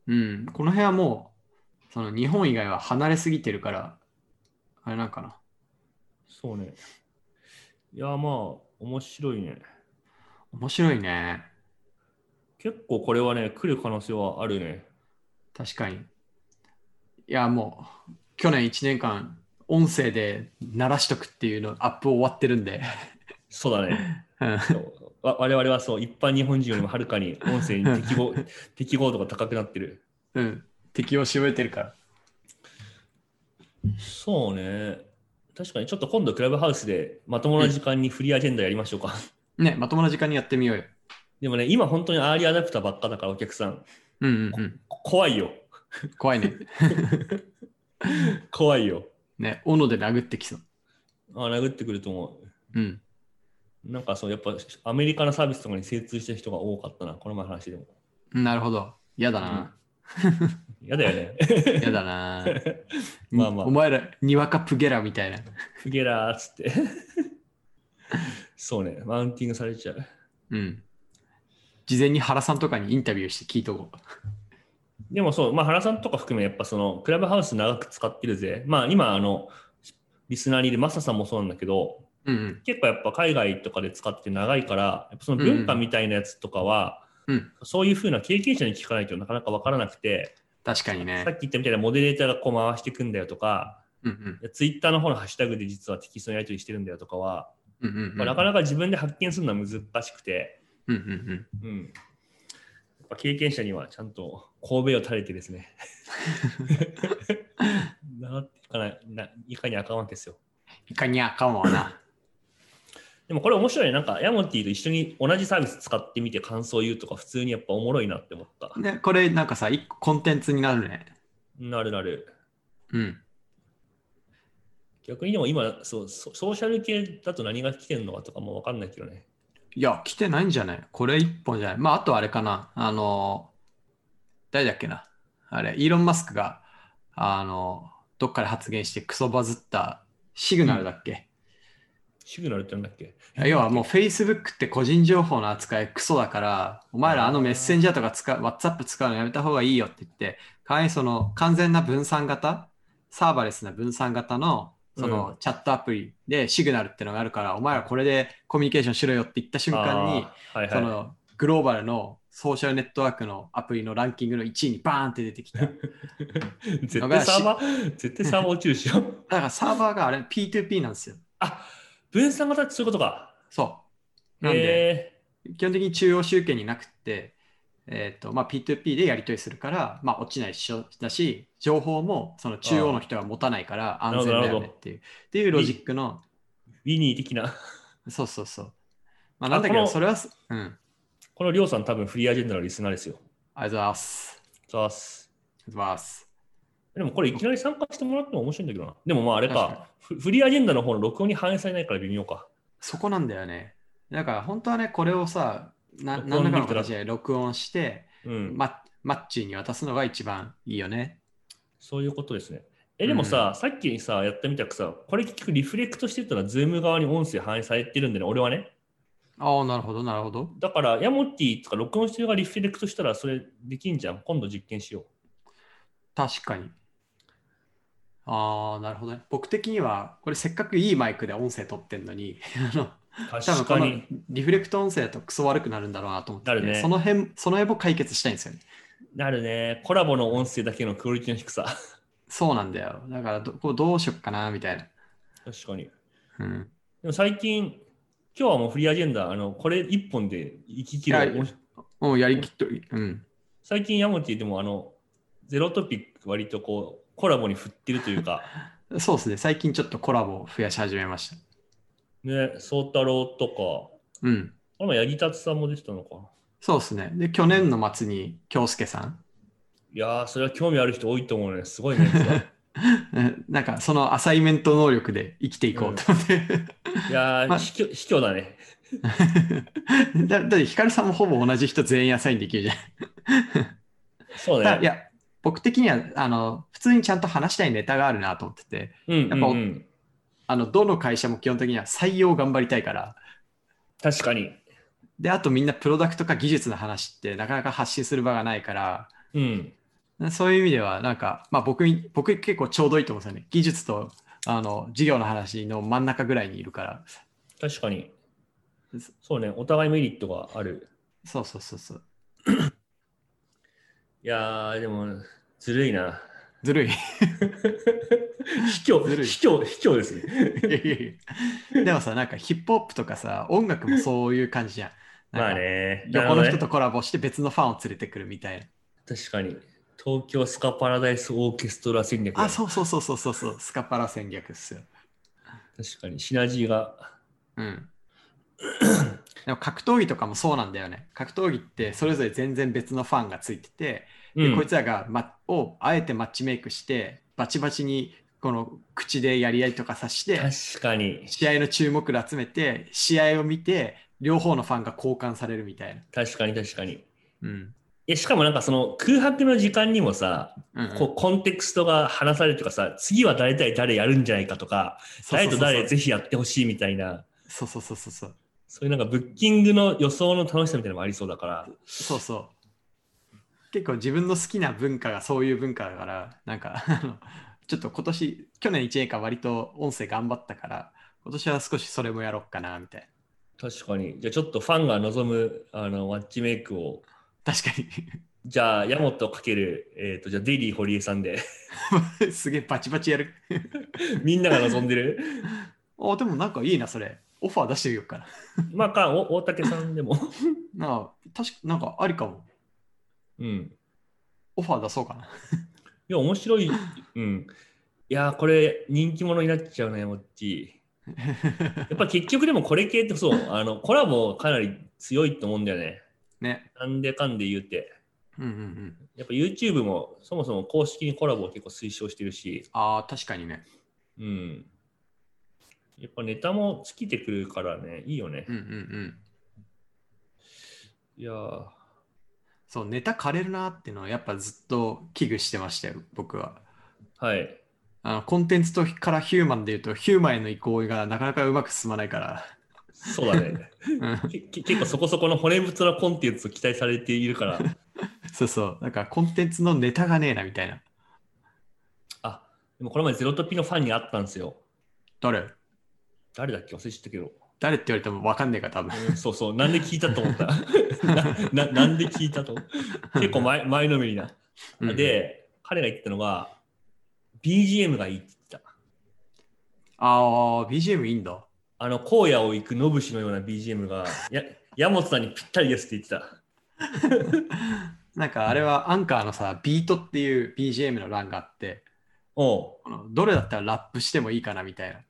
Speaker 1: うん。この辺はもう、その日本以外は離れすぎてるから、あれなんかな。
Speaker 2: そうね。いや、まあ、面白いね。
Speaker 1: 面白いね。
Speaker 2: 結構これはね、来る可能性はあるね。
Speaker 1: 確かに。いや、もう、去年1年間、音声で鳴らしとくっていうの、アップ終わってるんで。 [LAUGHS]
Speaker 2: そうだね。
Speaker 1: うん
Speaker 2: [LAUGHS] そうわ我々はそう一般日本人よりもはるかに音声に適合 [LAUGHS] 適合度が高くなってる。
Speaker 1: うん。適応し終えてるから。
Speaker 2: そうね。確かにちょっと今度クラブハウスでまともな時間にフリーアジェンダやりましょうか。
Speaker 1: ね、まともな時間にやってみようよ。
Speaker 2: でもね、今本当にアーリーアダプターばっかだからお客さん、
Speaker 1: うんうん
Speaker 2: こ怖いよ。
Speaker 1: うん。怖いね。
Speaker 2: 怖いよ。
Speaker 1: ね、斧で殴ってきそう。
Speaker 2: あ殴ってくると思う。
Speaker 1: うん。
Speaker 2: なんかそう、やっぱアメリカのサービスとかに精通した人が多かったな、この前の話でも。
Speaker 1: なるほど。嫌だな。
Speaker 2: やだよね。
Speaker 1: 嫌だな。
Speaker 2: [LAUGHS] まあまあ
Speaker 1: お前ら、にわかプゲラみたいな。
Speaker 2: フゲラーっつって。そうね、マウンティングされちゃう。
Speaker 1: うん。事前に原さんとかにインタビューして聞いとこ
Speaker 2: でもそう、まあ、原さんとか含め、やっぱそのクラブハウス長く使ってるぜ。まあ今、あの、リスナーにいるマサさんもそうなんだけど、
Speaker 1: う。うん
Speaker 2: 結構やっぱ海外とかで使って長いから、やっぱその文化みたいなやつとか
Speaker 1: うん
Speaker 2: は、
Speaker 1: うん
Speaker 2: そういうふうな経験者に聞かないとなかなか分からなくて、
Speaker 1: 確かに
Speaker 2: さ
Speaker 1: ね。
Speaker 2: っき言ったみたいなモデレーターがこう回していくんだよとか、
Speaker 1: うん
Speaker 2: ツイッターの方のハッシュタグで実はテキストのやり取りしてるんだよとかは、
Speaker 1: うん。うんうん
Speaker 2: まあなかなか自分で発見するのは難しくて、
Speaker 1: うんうんうん。
Speaker 2: うん、やっぱ経験者にはちゃんと神戸を垂れてです
Speaker 1: [LAUGHS]
Speaker 2: ね。習っていかないないかにあかんわけですよ。
Speaker 1: いかにあかんわな。
Speaker 2: でもこれ面白いね。なんかヤモティと一緒に同じサービス使ってみて感想を言うとか普通にやっぱおもろいなって思った。
Speaker 1: ね、これなんかさ、一個コンテンツになるね。
Speaker 2: なるなる。
Speaker 1: うん。
Speaker 2: 逆にでも今そうそうソーシャル系だと何が来てんのかとかもわかんないけどね。
Speaker 1: いや、来てないんじゃないこれ一本じゃない。まあ、あとあれかな。あの、誰だっけな。あれ、イーロン・マスクが、あの、どっかで発言してクソバズったシグナルだっけ、
Speaker 2: シグナルってなんだっけ
Speaker 1: 要はもう Facebook って個人情報の扱いクソだから、お前らあのメッセンジャーとか使う、WhatsApp 使うのやめた方がいいよって言って、代わりにその完全な分散型、サーバレスな分散型のそのチャットアプリでシグナルってのがあるから、お前らこれでコミュニケーションしろよって言った瞬間に、
Speaker 2: あーはいはい、
Speaker 1: そのグローバルのソーシャルネットワークのアプリのランキングの1位にバーンって出
Speaker 2: [LAUGHS]
Speaker 1: てきた。だ
Speaker 2: 絶対サーバー、絶対サーバー落ちるでしょ。
Speaker 1: [LAUGHS] からサーバーがあれ P2P なんですよ。
Speaker 2: あ分散型ってそういうことか。
Speaker 1: そう。なんで、
Speaker 2: えー
Speaker 1: 基本的に中央集権になくって、えーとまあ、P2P でやり取りするから、まあ、落ちないしだし、情報もその中央の人は持たないから安全だよねっていう。っていうロジックの、
Speaker 2: ウィニー的な、
Speaker 1: そうそうそう。まあ、なんだけど、
Speaker 2: あこの
Speaker 1: それはす、うん。
Speaker 2: このりょうさん多分フリーアジェンダのリスナーですよ。
Speaker 1: ありがとうございます。
Speaker 2: ざっす。
Speaker 1: ありがとうございます。
Speaker 2: でもこれいきなり参加してもらっても面白いんだけどな。でもまああれか
Speaker 1: 確か
Speaker 2: フフリーアジェンダの方の録音に反映されないから微妙か。
Speaker 1: そこなんだよね。だから本当はね、これをさ、な
Speaker 2: 録音
Speaker 1: 何らかの
Speaker 2: できたら
Speaker 1: 形で録音して、
Speaker 2: うん。
Speaker 1: ママッチーに渡すのが一番いいよね。
Speaker 2: そういうことですね。え、でもさ、さっきさ、やってみたくさ、これ結局リフレクトしてたら、ズーム側に音声反映されてるんでね、俺はね。
Speaker 1: ああ、なるほど、なるほど。
Speaker 2: だから、ヤモティとか録音してる側リフレクトしたら、それできんじゃん。今度実験しよう。
Speaker 1: 確かに。ああ、なるほどね。僕的には、これせっかくいいマイクで音声取ってんのに、あの、多
Speaker 2: 確
Speaker 1: 分
Speaker 2: か
Speaker 1: この
Speaker 2: に。
Speaker 1: リフレクト音声だとクソ悪くなるんだろうなと思ってて、
Speaker 2: なるね
Speaker 1: その辺、その辺も解決したいんですよね。
Speaker 2: なるね。コラボの音声だけのクオリティの低さ。 [LAUGHS]
Speaker 1: そうなんだよ。だからど、こうどうしよっかな、みたいな。
Speaker 2: 確かに。
Speaker 1: うん。
Speaker 2: でも最近、今日はもうフリーアジェンダ、あのこれ一本で生きき
Speaker 1: いや
Speaker 2: る。面白い
Speaker 1: もうやりきっと、うん。
Speaker 2: 最近ヤモティでもあの、ゼロトピック割とこう、コラボに振ってるというか、 [LAUGHS]
Speaker 1: そうですね。最近ちょっとコラボを増やし始めました。
Speaker 2: ね、宗太郎とか、
Speaker 1: うん。
Speaker 2: あの、八木達さんも出てたのかな。
Speaker 1: そうですね。で、去年の末に京介さん。 [LAUGHS] [LAUGHS]
Speaker 2: いやー、それは興味ある人多いと思うね。すごいね。
Speaker 1: うんなんかそのアサイメント能力で生きていこうと思って。
Speaker 2: いやー、
Speaker 1: まあ
Speaker 2: 卑怯卑怯だね。
Speaker 1: [LAUGHS] だだってヒカルさんもほぼ同じ人全員アサインできるじゃん。
Speaker 2: そう
Speaker 1: た
Speaker 2: ね
Speaker 1: [LAUGHS] だ。いや、僕的にはあの普通にちゃんと話したいネタがあるなと思ってて、
Speaker 2: うんうんうん、
Speaker 1: あのどの会社も基本的には採用頑張りたいから、
Speaker 2: 確かに。
Speaker 1: で、あとみんなプロダクトか技術の話ってなかなか発信する場がないから、
Speaker 2: うん。
Speaker 1: そういう意味ではなんか、まあ、僕に僕結構ちょうどいいと思うんですよね。技術とあの事業の話の真ん中ぐらいにいるから。
Speaker 2: 確かに
Speaker 1: そ。
Speaker 2: そうね。お互いメリットがある。
Speaker 1: そうそうそうそう。
Speaker 2: いやー、でも、ずるいな。
Speaker 1: ずるい。
Speaker 2: 卑怯、
Speaker 1: ずるい
Speaker 2: 卑怯、卑怯ですね。
Speaker 1: いやいやいやでもさ、なんかヒップホップとかさ、音楽もそういう感じじゃん。
Speaker 2: [LAUGHS] まあ
Speaker 1: なんか
Speaker 2: ね。
Speaker 1: 横の人
Speaker 2: なるほどね
Speaker 1: とコラボして別のファンを連れてくるみたいな。
Speaker 2: 確かに。東京スカパラダイスオーケストラ戦略だ
Speaker 1: あ、そうそうそうそうそうそう、スカパラ戦略っすよ。
Speaker 2: 確かに。シナジーが。
Speaker 1: うん。 [COUGHS] でも格闘技とかもそうなんだよね。格闘技ってそれぞれ全然別のファンがついてて、
Speaker 2: う
Speaker 1: で
Speaker 2: ん
Speaker 1: こいつらが、ま、をあえてマッチメイクして、バチバチにこの口でやり合いとかさして、
Speaker 2: 確かに。
Speaker 1: 試合の注目度集めて、試合を見て、両方のファンが交換されるみたいな。
Speaker 2: 確かに、確かに。
Speaker 1: うん。
Speaker 2: えしかもなんかその空白の時間にもさ、
Speaker 1: うんうん
Speaker 2: こうコンテクストが話されるとかさ、次は誰対誰やるんじゃないかとか、誰と誰ぜひやってほしいみたいな、
Speaker 1: そうそうそうそうそう
Speaker 2: そういうなんかブッキングの予想の楽しさみたいなのもありそうだから、
Speaker 1: そうそう結構自分の好きな文化がそういう文化だからなんかあのちょっと今年去年1年間割と音声頑張ったから今年は少しそれもやろうかなみたい
Speaker 2: 確かに。じゃあちょっとファンが望むあのマッチメイクを、
Speaker 1: な確か
Speaker 2: じゃあ、ヤモトかける、えっ、と、じゃあ、デイリー堀江さんで、 [LAUGHS]
Speaker 1: に [LAUGHS] すげえバチバチやる
Speaker 2: みんなが望んでる。 [LAUGHS]
Speaker 1: あでもなんかいいなそれオファー出してみようかな
Speaker 2: まあか、お大竹さんでも。 [LAUGHS]
Speaker 1: なあ確かなんかありかも
Speaker 2: うん。
Speaker 1: オファー出そうかない
Speaker 2: や、面白い。うん。いやー、これ、人気者になっちゃうね、モッチー。やっぱ結局でもこれ系ってそう、あのコラボかなり強いと思うんだよね。
Speaker 1: ね
Speaker 2: なんでかんで言うて。
Speaker 1: うんうんうん
Speaker 2: やっぱ YouTube もそもそも公式にコラボを結構推奨してるし、
Speaker 1: あー確かにね
Speaker 2: うん。やっぱネタも尽きてくるからね、いいよね
Speaker 1: う。んうんうん
Speaker 2: いやー
Speaker 1: そうネタ枯れるなっていうのはやっぱずっと危惧してましたよ僕は
Speaker 2: はい。
Speaker 1: あのコンテンツとからヒューマンでいうとヒューマンへの移行がなかなかうまく進まないから、
Speaker 2: そうだね。 [LAUGHS]
Speaker 1: うん、
Speaker 2: けけ結構そこそこの骨太なコンテンツを期待されているから、
Speaker 1: そうそうだからコンテンツのネタがねえなみたいな
Speaker 2: あでもこの前ゼロトピのファンに会ったんですよ。
Speaker 1: 誰
Speaker 2: 誰だっけ忘れちゃったけど。
Speaker 1: 誰って言われても分かんねえから多分
Speaker 2: うんそうそう、なんで聞いたと思った。 [LAUGHS] なななんで聞いたと結構前前のめりな。
Speaker 1: うん
Speaker 2: で、彼が言ってたのが、BGM がいいって言ってた。
Speaker 1: ああ BGM いいんだ
Speaker 2: あの、荒野を行く野節のような BGM が、や山本さんにぴったりですって言ってた。
Speaker 1: なんかあれはアンカーのさビートっていう BGM の欄があって
Speaker 2: おう
Speaker 1: このどれだったらラップしてもいいかなみたいな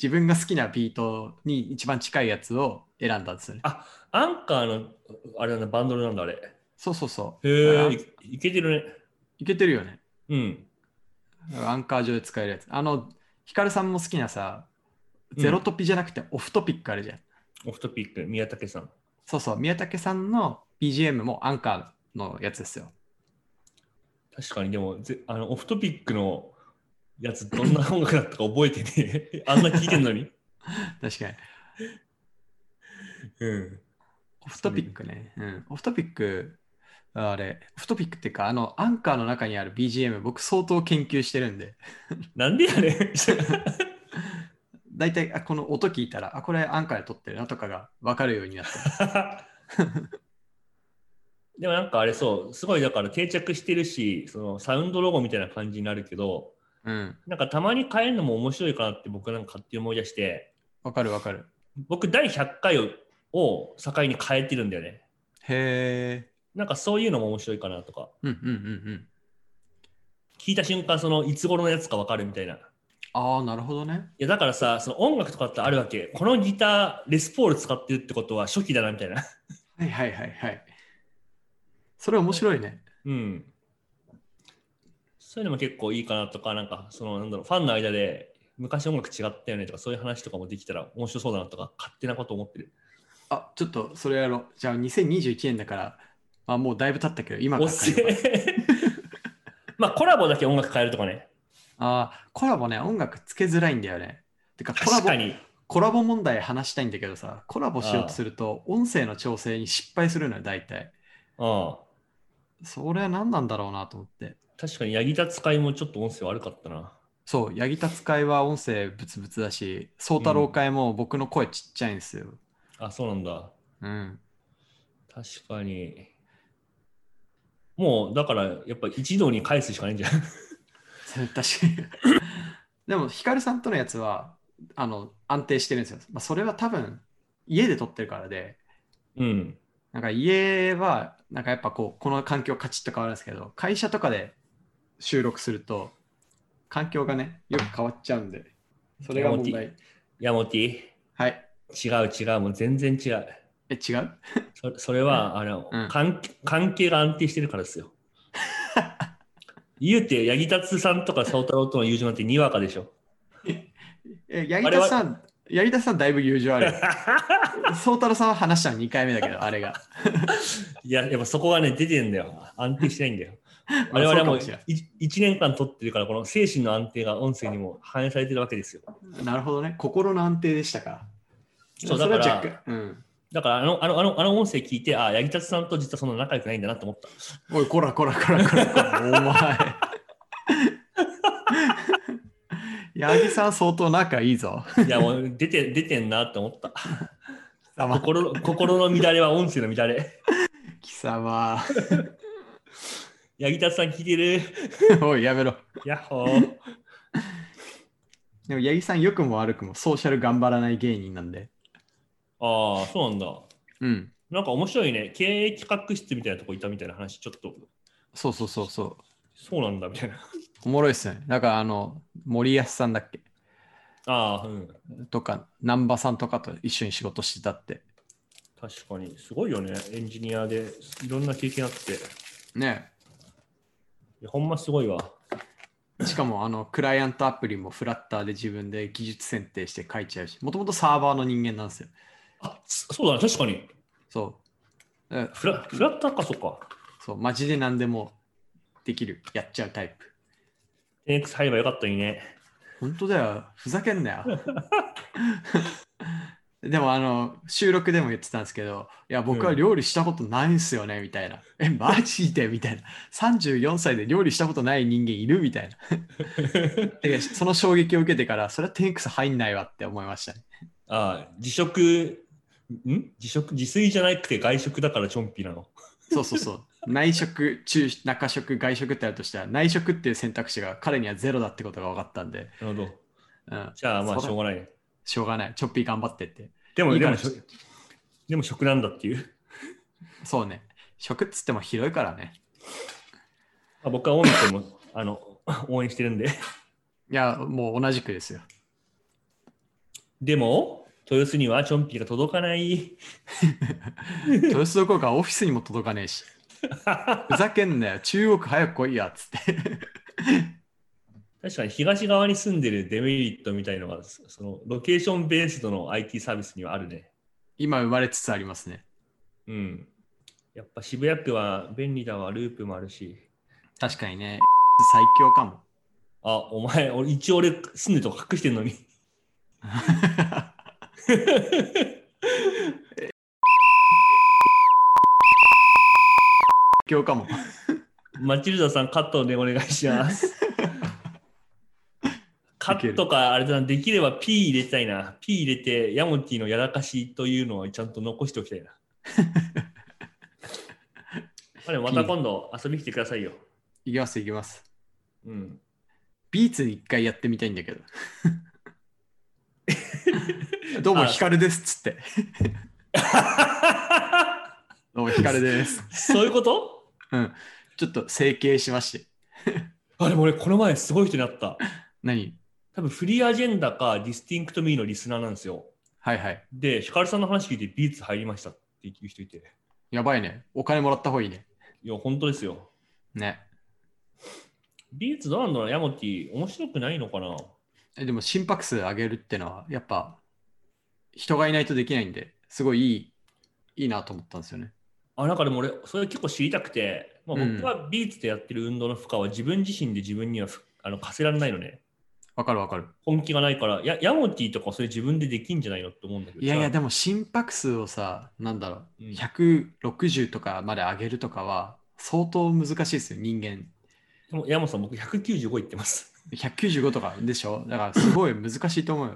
Speaker 1: 自分が好きなビートに一番近いやつを選んだんですよね
Speaker 2: あ、アンカーの、あれなんだ、バンドルなんだ、あれ。
Speaker 1: そうそうそう
Speaker 2: へ
Speaker 1: あ
Speaker 2: え、いいけてるね。
Speaker 1: いけてるよね
Speaker 2: うん。
Speaker 1: アンカー上で使えるやつ。あの、ヒカルさんも好きなさ、ゼロトピじゃなくてオフトピックあるじゃん。
Speaker 2: オフトピック、宮武さん。
Speaker 1: そうそう、宮武さんの BGM もアンカーのやつですよ。
Speaker 2: 確かに、でもぜあの、オフトピックのやつ、どんな音楽だったか覚えてねえ。 [LAUGHS] あんな聞いてんのに。
Speaker 1: 確かに。
Speaker 2: うん。
Speaker 1: オフトピックね。うん。オフトピック、あれ、オフトピックっていうか、あの、アンカーの中にある BGM、僕相当研究してるんで、
Speaker 2: なんでやねん。 [LAUGHS]
Speaker 1: 大体、あこの音聞いたら、あ、これアンカーで撮ってるなとかが分かるようになった。
Speaker 2: でもなんかあれそう、すごいだから定着してるし、そのサウンドロゴみたいな感じになるけど、
Speaker 1: うん。
Speaker 2: なんかたまに変えるのも面白いかなって僕なんか勝手に思い出して、
Speaker 1: 分かる分かる。
Speaker 2: 僕第100回をを境に変えてるんだよね。
Speaker 1: へえ。
Speaker 2: なんかそういうのも面白いかなとか、
Speaker 1: うんうんうんうん。
Speaker 2: 聞いた瞬間そのいつ頃のやつかわかるみたいな。い
Speaker 1: ああ、なるほどね。
Speaker 2: やだからさ、その音楽とかってあるわけ。このギター、レスポール使ってるってことは初期だなみたいな。 [LAUGHS]
Speaker 1: はいはいはいはい。それ面白いね。
Speaker 2: うん。そういうのも結構いいかなとか、なんか、その、なんだろう、ファンの間で、昔音楽違ったよねとか、そういう話とかもできたら面白そうだなとか、勝手なこと思ってる。
Speaker 1: あ、ちょっとそれやろう。じゃあ2021年だから、まあもうだいぶ経ったけど、今か
Speaker 2: お
Speaker 1: ら
Speaker 2: っ
Speaker 1: 借りようか
Speaker 2: せ [LAUGHS] まあ、コラボだけ音楽変えるとかね。
Speaker 1: あーコラボね、音楽つけづらいんだよね。てかコラ
Speaker 2: 確
Speaker 1: ボ
Speaker 2: か、に。
Speaker 1: コラボ問題話したいんだけどさ、コラボしようとすると、音声の調整に失敗するのよ、大体。
Speaker 2: うん。
Speaker 1: それは何なんだろうなと思って。
Speaker 2: 確かに、ヤギタ使いもちょっと音声悪かったな。
Speaker 1: そう、八木達会は音声ブツブツだし、宗太郎会も僕の声ちっちゃいんですよ。
Speaker 2: あ、そうなんだ。
Speaker 1: うん。
Speaker 2: 確かに。もう、だから、やっぱ一堂に返すしかないん [LAUGHS] じゃん。
Speaker 1: それ確かに。でも、ヒカルさんとのやつは、あの、安定してるんですよ。まあ、それは多分、家で撮ってるからで、
Speaker 2: うん。
Speaker 1: なんか家は、なんかやっぱこう、この環境カチッと変わるんですけど、会社とかで収録すると、環境がね、よく変わっちゃうんで、それが問題。
Speaker 2: ヤモティ、
Speaker 1: はい。
Speaker 2: 違う違う、もう全然違う。
Speaker 1: え、違う
Speaker 2: そそれは、あの、
Speaker 1: うん
Speaker 2: 関関係が安定してるからですよ。 [LAUGHS] 言うて、八木達さんとか宗太郎との友情なんてにわかでしょ。
Speaker 1: え、八木田さん、八木田さんだいぶ友情あ
Speaker 2: [LAUGHS]
Speaker 1: る。宗太郎さんは話したの2回目だけど、あれが。
Speaker 2: いや、やっぱそこがね、出てんだよ。安定しない
Speaker 1: [LAUGHS]
Speaker 2: んだよ。我々はもう
Speaker 1: そうかもしれない
Speaker 2: 1年間取ってるから、この精神の安定が音声にも反映されてるわけですよ。
Speaker 1: なるほどね。心の安定でしたか。
Speaker 2: そう
Speaker 1: れは
Speaker 2: だから
Speaker 1: チェックうん。
Speaker 2: だからあの、あの、あの、あの音声聞いて、ああ、八木達さんと実はそんな仲良くないんだなと思った。
Speaker 1: おい、こらこらこらこらこら、 [LAUGHS] お前。八木さん相当仲いいぞ。
Speaker 2: いや、もう出 [LAUGHS] て、出てんなと思った。
Speaker 1: 貴様。
Speaker 2: 心の、心の乱れは [LAUGHS] 音声の乱れ。
Speaker 1: 貴様。
Speaker 2: 八木達さん聞いてる
Speaker 1: [LAUGHS] おい、やめろ。
Speaker 2: ヤッホー。
Speaker 1: でも、八木さん、良くも悪くもソーシャル頑張らない芸人なんで。
Speaker 2: ああ、そうなんだ。
Speaker 1: うん。
Speaker 2: なんか面白いね。経営企画室みたいなとこいたみたいな話、ちょっと、
Speaker 1: そうそうそうそう。
Speaker 2: そうなんだみたいな。
Speaker 1: おもろいっすよね。だから、あの、森保さんだっけ
Speaker 2: ああ、うん。
Speaker 1: とか、南波さんとかと一緒に仕事してたって。
Speaker 2: 確かに。すごいよね。エンジニアで、いろんな経験あって。い
Speaker 1: ね
Speaker 2: やほんますごいわ。
Speaker 1: えしかも、あの、クライアントアプリもフラッターで自分で技術選定して書いちゃうし、もともとサーバーの人間なんですよ。
Speaker 2: あ、そそうだね。確かに。
Speaker 1: そう。え
Speaker 2: フラフラッターか、そっか。
Speaker 1: そう、マジで何でもできる。やっちゃうタイプ。
Speaker 2: 10X 入ればよかったのにね。
Speaker 1: 本当だよ。ふざけんなよ。 [LAUGHS] でもあの収録でも言ってたんですけど、いや僕は料理したことないんすよね、みたいな。え、マジでみたいな。34歳で料理したことない人間いるみたいな。でその衝撃を受けてから、それは 10X 入んないわって思いましたね。
Speaker 2: ああ、自食、ん自食、自炊じゃなくて外食だからチョンピなの。
Speaker 1: そうそうそう。内食、中、中食、外食ってあるとしたら、内食っていう選択肢が彼にはゼロだってことが分かったんで、
Speaker 2: なるほど。
Speaker 1: うん、
Speaker 2: じゃあまあ
Speaker 1: そ
Speaker 2: し
Speaker 1: れ
Speaker 2: ょうがないね。
Speaker 1: しょうがない。ちょっぴー頑張ってって。
Speaker 2: でも、
Speaker 1: いい
Speaker 2: で
Speaker 1: から
Speaker 2: も、しょでも食なんだっていう。
Speaker 1: そうね。食っつっても広いからね。
Speaker 2: あ僕は音楽もあの応援してるんで。
Speaker 1: いや、もう同じくですよ。
Speaker 2: でも、豊洲にはチョンピが届かない。
Speaker 1: 豊洲どころかオフィスにも届かねえし。ふざけんなよ。中国早く来いやっつって。
Speaker 2: 確かに東側に住んでるデメリットみたいのが、そそのロケーションベースドの IT サービスにはあるね。
Speaker 1: 今生まれつつありますね。
Speaker 2: うん。やっぱ渋谷区は便利だわ、ループもあるし。
Speaker 1: 確かにね。最強かも。
Speaker 2: あ、お前、俺一応俺住んでるとこ隠してんのに。
Speaker 1: 最強かも。
Speaker 2: マチルダさん、カットでお願いします。カットか、あれだな、できれば P 入れたいな。P 入れて、ヤモティのやらかしというのはちゃんと残しておきたいな。まあでもまた今度遊びに来てくださいよ。
Speaker 1: いきます、いきます。
Speaker 2: うん。
Speaker 1: ビーツ一回やってみたいんだけど。どうも、ヒカルですっつって。どうも、ヒカルです。
Speaker 2: そういうこと
Speaker 1: うん。ちょっと整形しまして。
Speaker 2: あ、でも俺この前すごい人に会った。
Speaker 1: 何
Speaker 2: 多分フリーアジェンダかディスティンクトミーのリスナーなんですよ。
Speaker 1: はいはい。
Speaker 2: で、ヒカルさんの話聞いてビーツ入りましたっていう人いて。
Speaker 1: やばいね。お金もらった方がいいね。
Speaker 2: いや、本当ですよ。
Speaker 1: ね。
Speaker 2: ビーツどうなんだろうヤモティ、面白くないのかな
Speaker 1: えでも心拍数上げるってのは、やっぱ人がいないとできないんで、すごいいい、いいなと思ったんですよね。
Speaker 2: あ、なんかでも俺、それ結構知りたくて、まあ、
Speaker 1: うん
Speaker 2: 僕はビーツでやってる運動の負荷は自分自身で自分にはふあの課せられないのね。
Speaker 1: わかるわかる。
Speaker 2: 本気がないから、やヤモティとかそれ自分でできんじゃないのって思うんだけどさ。
Speaker 1: いやいや、でも心拍数をさ、なんだろう、
Speaker 2: うん
Speaker 1: 160とかまで上げるとかは、相当難しいですよ、人間。
Speaker 2: でもヤモさん、僕195いってます。
Speaker 1: 195とかでしょだからすごい難しいと思う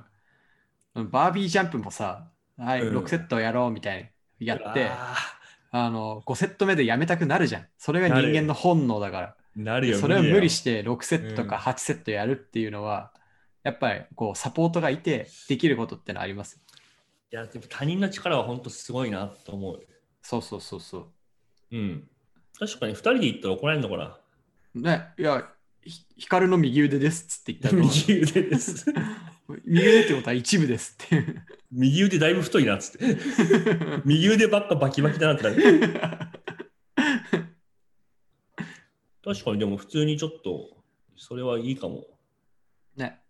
Speaker 1: よ。バービージャンプもさ、はい、
Speaker 2: うん
Speaker 1: 6セットやろうみたいにやって、
Speaker 2: あ
Speaker 1: あの5セット目でやめたくなるじゃん。それが人間の本能だから。
Speaker 2: ーなるよ。
Speaker 1: それを
Speaker 2: だよ
Speaker 1: 無理して6セットとか8セットやるっていうのは、やっぱりこうサポートがいてできることってのはあります。
Speaker 2: いや、でも他人の力は本当すごいなと思う。
Speaker 1: そうそうそうそう。
Speaker 2: うん。確かに2人で行ったら怒られるのか [LAUGHS] な。
Speaker 1: ね、いや、ひ光の右腕ですっつって言ったらどうなの、
Speaker 2: 右腕 [LAUGHS] です。
Speaker 1: 右腕ってことは一部ですっていう。 [LAUGHS]
Speaker 2: 右腕だいぶ太いなっつ [LAUGHS] って。右腕ばっかバキバキだなってなる。確かにでも普通にちょっと、それはいいかも。
Speaker 1: ね、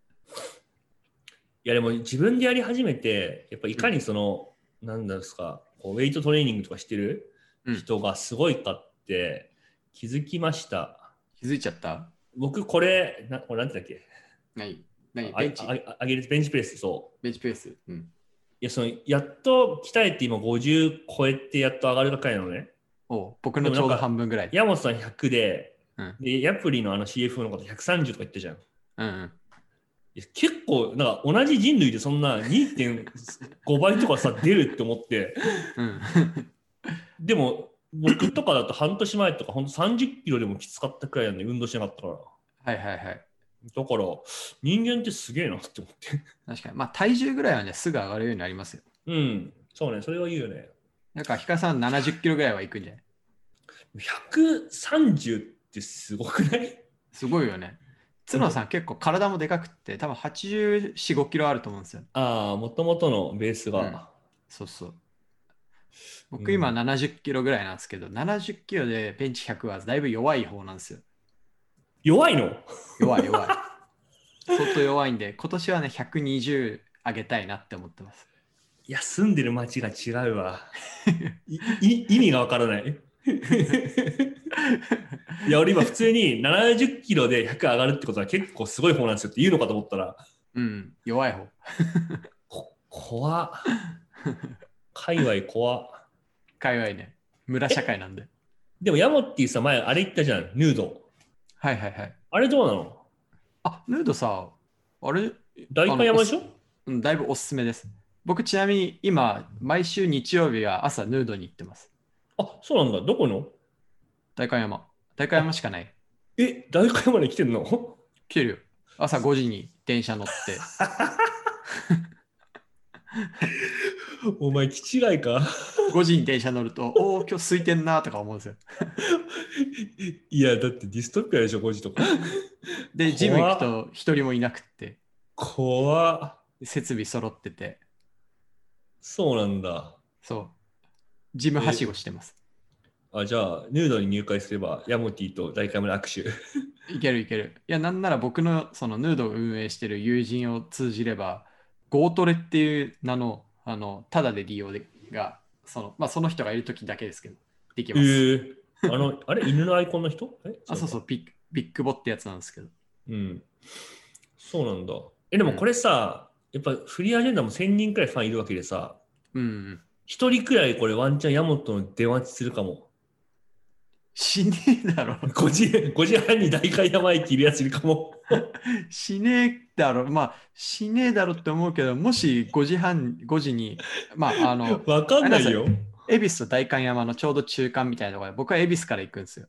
Speaker 2: いやでも自分でやり始めて、やっぱいかにその、なんだですか、こうウェイトトレーニングとかしてる
Speaker 1: うん
Speaker 2: 人がすごいかって気づきました。
Speaker 1: 気づいちゃった
Speaker 2: 僕これ、なこれなんてだっけ
Speaker 1: 何何
Speaker 2: あ
Speaker 1: ベンチ
Speaker 2: ああ上げるベンチプレス、そう。
Speaker 1: ベンチプレス。うん。
Speaker 2: いや、その、やっと鍛えて今50超えてやっと上がる高いのね。
Speaker 1: おう僕のちょうど半分ぐらい。
Speaker 2: 山本さん100で、
Speaker 1: うん
Speaker 2: で、ヤプリのあの CF の方130とか言ったじゃん。い
Speaker 1: うんうん。
Speaker 2: や結構、なんか同じ人類でそんな2.5倍とかさ、出るって思って。
Speaker 1: うん、 [LAUGHS]
Speaker 2: でも、僕とかだと半年前とか、ほんと30キロでもきつかったくらいなんで、運動しなかったから。
Speaker 1: はいはいはい。
Speaker 2: だから、人間ってすげえなって思って。
Speaker 1: 確かに。まあ体重ぐらいはね、すぐ上がるようになりますよ。
Speaker 2: うん。そうね、それは言うよね。
Speaker 1: だから、ヒカルさん70キロぐらいはいくんじゃない
Speaker 2: 130ってすごくない
Speaker 1: すごいよね。角野さん結構体もでかくって、多分84、5キロあると思うんですよ。
Speaker 2: ああ、もともとのベースが。
Speaker 1: うんそうそう。僕今70キロぐらいなんですけど、70キロでベンチ100はだいぶ弱い方なんですよ。
Speaker 2: 弱いの
Speaker 1: 弱い弱い。相当弱いんで、今年はね、120上げたいなって思ってます。
Speaker 2: いや住んでる町が違うわいい意味がわからないいや俺今普通に70キロで100上がるってことは結構すごい方なんですよって言うのかと思ったら
Speaker 1: うん、弱い方。
Speaker 2: こ怖っ界隈怖っ
Speaker 1: 界隈ね。村社会なんで。
Speaker 2: でもヤモッティさ前あれ言ったじゃんヌード
Speaker 1: はいはいはい。
Speaker 2: あれどうなの
Speaker 1: あ、ヌードさ、あれ、
Speaker 2: 大体山でしょ
Speaker 1: うん、だいぶおすすめです。僕ちなみに今、毎週日曜日は朝ヌードに行ってます。
Speaker 2: あそうなんだどこの
Speaker 1: 代官山。代官山しかない。
Speaker 2: え大会まで来てんの
Speaker 1: 来てるよ。朝5時に電車乗って。
Speaker 2: お前気違いか
Speaker 1: 5時に電車乗ると、おお、今日空いてんなとか思うんですよ。
Speaker 2: いやだってディストピアでしょ5時とか
Speaker 1: で、ジム行くと一人もいなくって、
Speaker 2: 怖っ
Speaker 1: 設備揃ってて、
Speaker 2: そうなんだ
Speaker 1: そう。ジムはしごしてます。
Speaker 2: あじゃあ、ヌードに入会すれば、ヤモティと大会まで握手。
Speaker 1: いけるいける。いや、なんなら僕のそのヌードを運営してる友人を通じれば、ゴートレっていう名の、あの、ただで利用でが、その、まあ、その人がいるときだけですけど、でき
Speaker 2: え
Speaker 1: ます。
Speaker 2: あの、 [LAUGHS] あれ、犬のアイコンの人え。
Speaker 1: あ、そうそうう、ビッグ、ビッグボってやつなんですけど。
Speaker 2: うん。そうなんだ。え、でもこれさ、やっぱフリーアジェンダも1000人くらいファンいるわけでさ、
Speaker 1: うんうん。
Speaker 2: 1人くらいこれワンチャンヤモトの出待ちするかも。
Speaker 1: 死ねえだろ。
Speaker 2: 5時 [LAUGHS] ,5 時半に大会山駅いるやついるかも。
Speaker 1: 死ねえだろ。まあ、死ねえだろって思うけど、もし5時半、5時に、まあ、あ
Speaker 2: [LAUGHS]
Speaker 1: の、
Speaker 2: わかんないよ。
Speaker 1: 恵比寿と代官山のちょうど中間みたいなところで、僕は恵比寿から行くんですよ。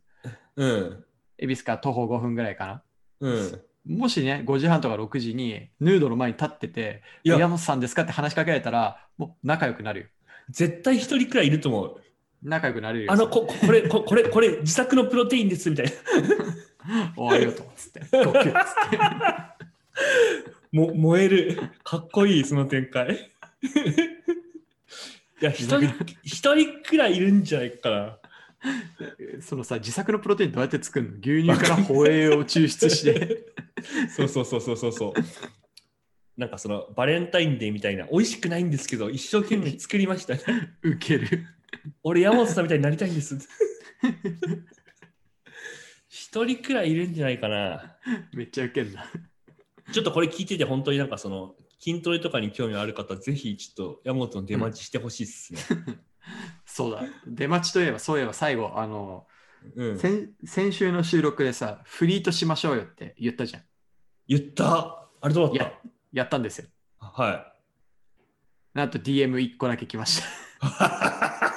Speaker 2: うん。
Speaker 1: 恵比寿から徒歩5分ぐらいかな。
Speaker 2: うん。
Speaker 1: もしね、5時半とか6時にヌードの前に立ってて、
Speaker 2: いや
Speaker 1: 山本さんですかって話しかけられたら、もう仲良くなるよ。
Speaker 2: 絶対1人くらいいると思う。
Speaker 1: 仲良くなれるよ。
Speaker 2: あの、こ、これ、ここれ、これ、自作のプロテインですみたいな。
Speaker 1: おありがとう。つ
Speaker 2: [LAUGHS]
Speaker 1: って。ごきゅうつって。
Speaker 2: も燃える。かっこいい、その展開。いや、一人、一人くらいいるんじゃないかな。
Speaker 1: そのさ、自作のプロテインどうやって作るの牛乳からホエイを抽出して。
Speaker 2: [LAUGHS] そうそうそうそうそうそう。なんかそのバレンタインデーみたいな美味しくないんですけど一生懸命作りました、
Speaker 1: ウケる。
Speaker 2: 俺山本さんみたいになりたいんです一人くらいいるんじゃないかな
Speaker 1: めっちゃウケんな。
Speaker 2: ちょっとこれ聞いてて本当になんかその筋トレとかに興味ある方ぜひちょっと山本の出待ちしてほしいっすね、
Speaker 1: そうだ。出待ちといえば、そういえば最後、あの、
Speaker 2: うん、
Speaker 1: 先先週の収録でさ、フリートしましょうよって言ったじゃん。
Speaker 2: 言ったあれどうだっ
Speaker 1: いやったんですよ。
Speaker 2: たは
Speaker 1: なんと DM1 個だけ来ました。 [LAUGHS]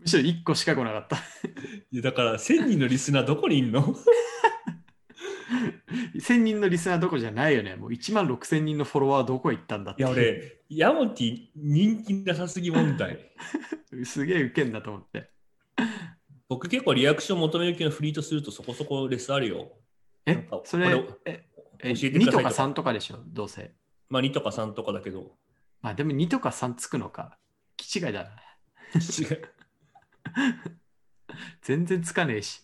Speaker 1: むしろ1個しか来なかった。
Speaker 2: [LAUGHS] いいやだから1000人のリスナーどこにいんの [LAUGHS]
Speaker 1: 1000人のリスナーどころじゃないよね。もう1万6000人のフォロワーどこ行ったんだっ
Speaker 2: い
Speaker 1: て。
Speaker 2: や俺ヤモティ人気なさすぎ問題 [LAUGHS]
Speaker 1: すげえウケんなと思って。
Speaker 2: 僕結構リアクション求める系のフリートするとそこそこレスあるよなん
Speaker 1: え
Speaker 2: か、
Speaker 1: そ
Speaker 2: こ
Speaker 1: れ
Speaker 2: れを、
Speaker 1: え、え
Speaker 2: 教えてく
Speaker 1: 2
Speaker 2: ださ
Speaker 1: と
Speaker 2: い
Speaker 1: か3とかでしょ、どうせ。
Speaker 2: まあ2とか3とかだけど
Speaker 1: まあでも2とか3つくのか。気違いだな。
Speaker 2: 違う
Speaker 1: 全然つかねえし。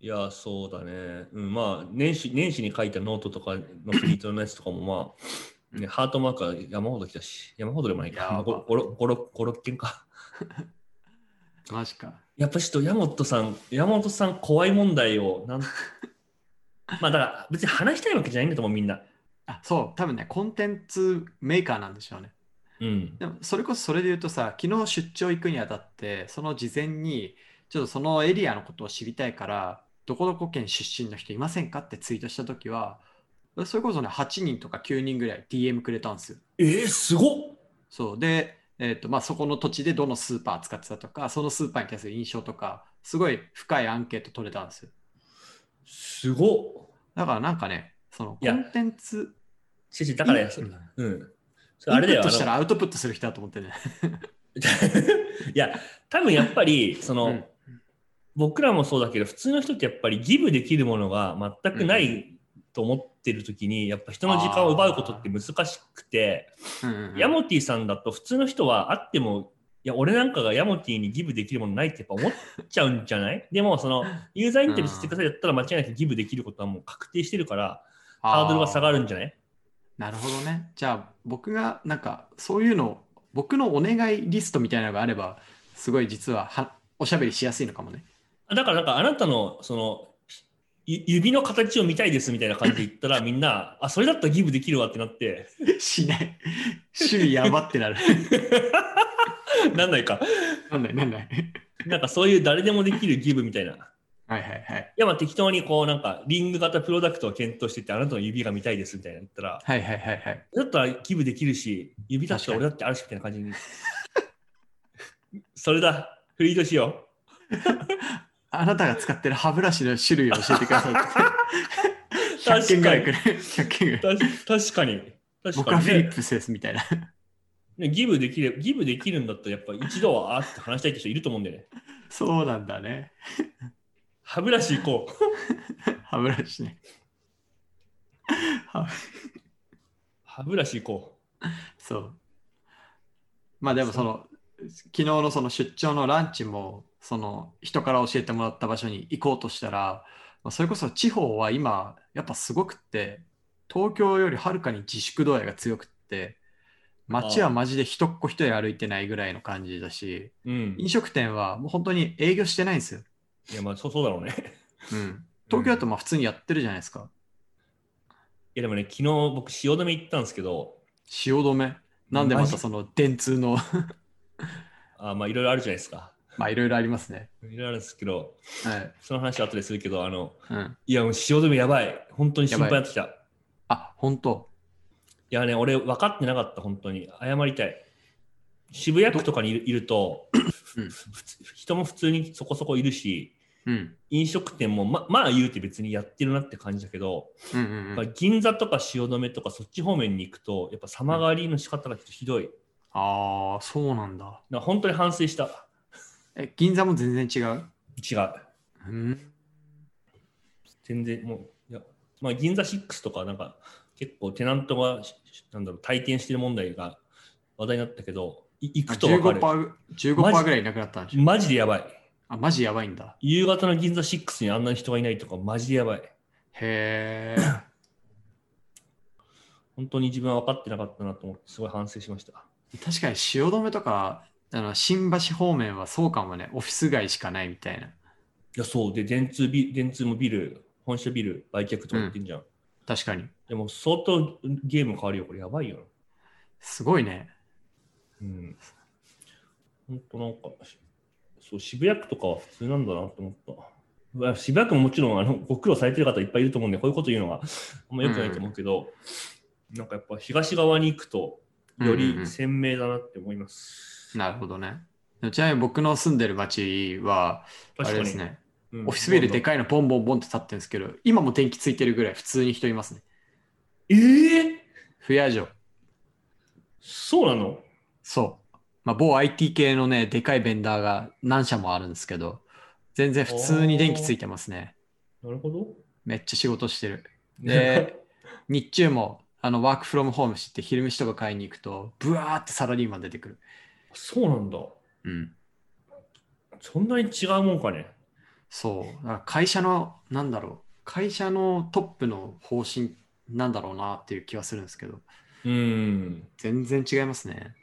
Speaker 2: いや、そうだね。うん、まあ、年始、年始に書いたノートとかのフリートのやつとかも、まあ、ね、ハートマークは山ほど来たし、山ほどでもない
Speaker 1: い
Speaker 2: か。
Speaker 1: や
Speaker 2: まあ、
Speaker 1: まあ
Speaker 2: 5、6、5、6件か。
Speaker 1: マジか。
Speaker 2: やっぱちょっと山本さん、山本さん怖い問題を、
Speaker 1: [LAUGHS]
Speaker 2: なんまあ、だから別に話したいわけじゃないんだと思う、みんな。
Speaker 1: あ、そう、多分ね、コンテンツメーカーなんでしょうね。
Speaker 2: うん。
Speaker 1: でもそれこそそれで言うとさ、昨日出張行くにあたって、その事前に、ちょっとそのエリアのことを知りたいから、どこどこ県出身の人いませんかってツイートしたときは、それこそね、8人とか9人ぐらい DM くれたんですよ。
Speaker 2: えー、すごっ
Speaker 1: そうで、えーとまあ、そこの土地でどのスーパー使ってたとか、そのスーパーに対する印象とか、すごい深いアンケート取れたんですよ。
Speaker 2: すごっ
Speaker 1: だからなんかね、その
Speaker 2: い
Speaker 1: コ
Speaker 2: や
Speaker 1: ンテンツ、
Speaker 2: しし、だからや、
Speaker 1: イ
Speaker 2: そ
Speaker 1: ン
Speaker 2: うん。それ
Speaker 1: イ
Speaker 2: あ
Speaker 1: ンプ
Speaker 2: れだよ、
Speaker 1: ット
Speaker 2: あ
Speaker 1: した
Speaker 2: の
Speaker 1: らアウトプットする人だと思ってね。
Speaker 2: いや、多分やっぱり、その、
Speaker 1: うん
Speaker 2: 僕らもそうだけど普通の人ってやっぱりギブできるものが全くな
Speaker 1: う
Speaker 2: いと思ってる時にやっぱ人の時間を奪うことって難しくて
Speaker 1: うんうんうん
Speaker 2: ヤモティさんだと普通の人はあってもいや俺なんかがヤモティにギブできるものないってやっぱ思っちゃうんじゃないでもそのユーザーインタビューしてくださいだったら間違いなくギブできることはもう確定してるからハードルが下がるんじゃない
Speaker 1: なるほどね。じゃあ僕がなんかそういうの僕のお願いリストみたいなのがあればすごい実ははおしゃべりしやすいのかもね。
Speaker 2: だからなんかあなたのそのゆ指の形を見たいですみたいな感じで言ったらみんなあそれだったらギブできるわってなって
Speaker 1: [LAUGHS] しない。趣味やばってなる。
Speaker 2: なんないか。
Speaker 1: [LAUGHS] なんないなんない。
Speaker 2: なんかそういう誰でもできるギブみたいな。い
Speaker 1: はいはいはい。
Speaker 2: やまあ適当にこうなんかリング型プロダクトを検討しててあなたの指が見たいですみたいな言ったら、
Speaker 1: はいはいはいはい。
Speaker 2: だったらギブできるし、指だったら俺だってあるしみたいな感じに。 [LAUGHS] それだ、フリードしよ
Speaker 1: あなたが使ってる歯ブラシの種類を教えてくだ [LAUGHS] さいって。100件ぐらいくれ。100件ぐら
Speaker 2: う。
Speaker 1: い。
Speaker 2: た確かに。確
Speaker 1: 僕
Speaker 2: か
Speaker 1: は
Speaker 2: に
Speaker 1: フィリ
Speaker 2: ね
Speaker 1: ッ。プスですみたいな。
Speaker 2: ねギブできる、ギブできるんだったらやっぱ一度はあーって話したいって人いると思うんだよね。
Speaker 1: そうなんだね。
Speaker 2: 歯ブラシ行こう。
Speaker 1: 歯ブラシね。歯
Speaker 2: 歯ブラシ行こ
Speaker 1: そう。まあでもその昨日のその出張のランチもその人から教えてもらった場所に行こうとしたら、まあ、それこそ地方は今やっぱすごくって東京よりはるかに自粛度合いが強くって街はマジで一っ子一人歩いてないぐらいの感じだし
Speaker 2: う。うん。
Speaker 1: 飲食店はもう本当に営業してないんですよ。
Speaker 2: いやまあそうそうだろうね。
Speaker 1: うん、東京だとまあ普通にやってるじゃないですか。
Speaker 2: いやでもね、昨日僕汐留行ったんですけど、
Speaker 1: 汐留。なんでま
Speaker 2: マ
Speaker 1: た
Speaker 2: ジ
Speaker 1: その電通の
Speaker 2: あまあいろいろあるじゃないですか。
Speaker 1: [LAUGHS] まあいろいろありますね。
Speaker 2: いろいろあるんですけど、
Speaker 1: はい。
Speaker 2: その話は後でするけど、あの、
Speaker 1: うん
Speaker 2: いや、もう塩でもやばい。本当に心配になってきた。い
Speaker 1: あ、本当。
Speaker 2: やね、俺分かってなかった、本当に。謝りたい。渋谷区とかにいるいると、
Speaker 1: うん
Speaker 2: ふつ人も普通にそこそこいるし、
Speaker 1: うん。
Speaker 2: 飲食店もままあ言うて別にやってるなって感じだけど、
Speaker 1: うんう
Speaker 2: やっ
Speaker 1: んう
Speaker 2: ぱ
Speaker 1: ん、
Speaker 2: り銀座とか汐留とかそっち方面に行くと、やっぱ様変わりの仕方がちょっとひどい。だか
Speaker 1: ああ、そうなんだ。
Speaker 2: ら本当に反省した。
Speaker 1: え、銀座も全然違う。
Speaker 2: 違う。
Speaker 1: うん。
Speaker 2: 全然もういや、まあ、銀座6とかなんか結構テナントがしなんだろう退店してる問題が話題になったけどい行くと分かる
Speaker 1: 15%, 15ぐらいいなくなったんでしょ。
Speaker 2: マジでやばい
Speaker 1: あ、マジやばいんだ。
Speaker 2: 夕方の銀座6にあんな人がいないとか、マジでやばい。
Speaker 1: へ
Speaker 2: [COUGHS]
Speaker 1: え。
Speaker 2: 本当に自分は分かってなかったなと思って、すごい反省しました。
Speaker 1: 確かに汐留とか、あの新橋方面はそうかもね。オフィス街しかないみたいな。
Speaker 2: いや、そう。で、電通ビ、電通もビル、本社ビル、売却とか言ってんじゃん。
Speaker 1: 確かに。
Speaker 2: でも、相当ゲーム変わるよ。これやばいよな。
Speaker 1: すごいね。
Speaker 2: うん。本当なんか、そう、渋谷区とかは普通なんだなと思ったうわ。渋谷区ももちろんあのご苦労されてる方いっぱいいると思うんで、こういうこと言うのはあんま良くないと思うけど、なんかやっぱ東側に行くと、よ
Speaker 1: うんうんう
Speaker 2: り
Speaker 1: ん
Speaker 2: 鮮明だなって思います。
Speaker 1: なるほどね。でもちなみに僕の住んでる町は、あれですね、
Speaker 2: うん。
Speaker 1: オフィスビルでかいのボンボンボンって立ってるんですけど、今も電気ついてるぐらい普通に人いますね。
Speaker 2: えー、
Speaker 1: 不夜城。
Speaker 2: そうなの
Speaker 1: そう。まあ、某 IT 系のね、でかいベンダーが何社もあるんですけど、全然普通に電気ついてますね。
Speaker 2: なるほど。
Speaker 1: めっちゃ仕事してる。で日中もあのワークフロムホームして昼飯とか買いに行くと、ブワーってサラリーマン出てくる。
Speaker 2: [LAUGHS] そうなんだ。
Speaker 1: うん。
Speaker 2: そんなに違うもんかね。
Speaker 1: そう。だから会社の、なんだろう、会社のトップの方針なんだろうなっていう気はするんですけど、
Speaker 2: うん。
Speaker 1: 全然違いますね。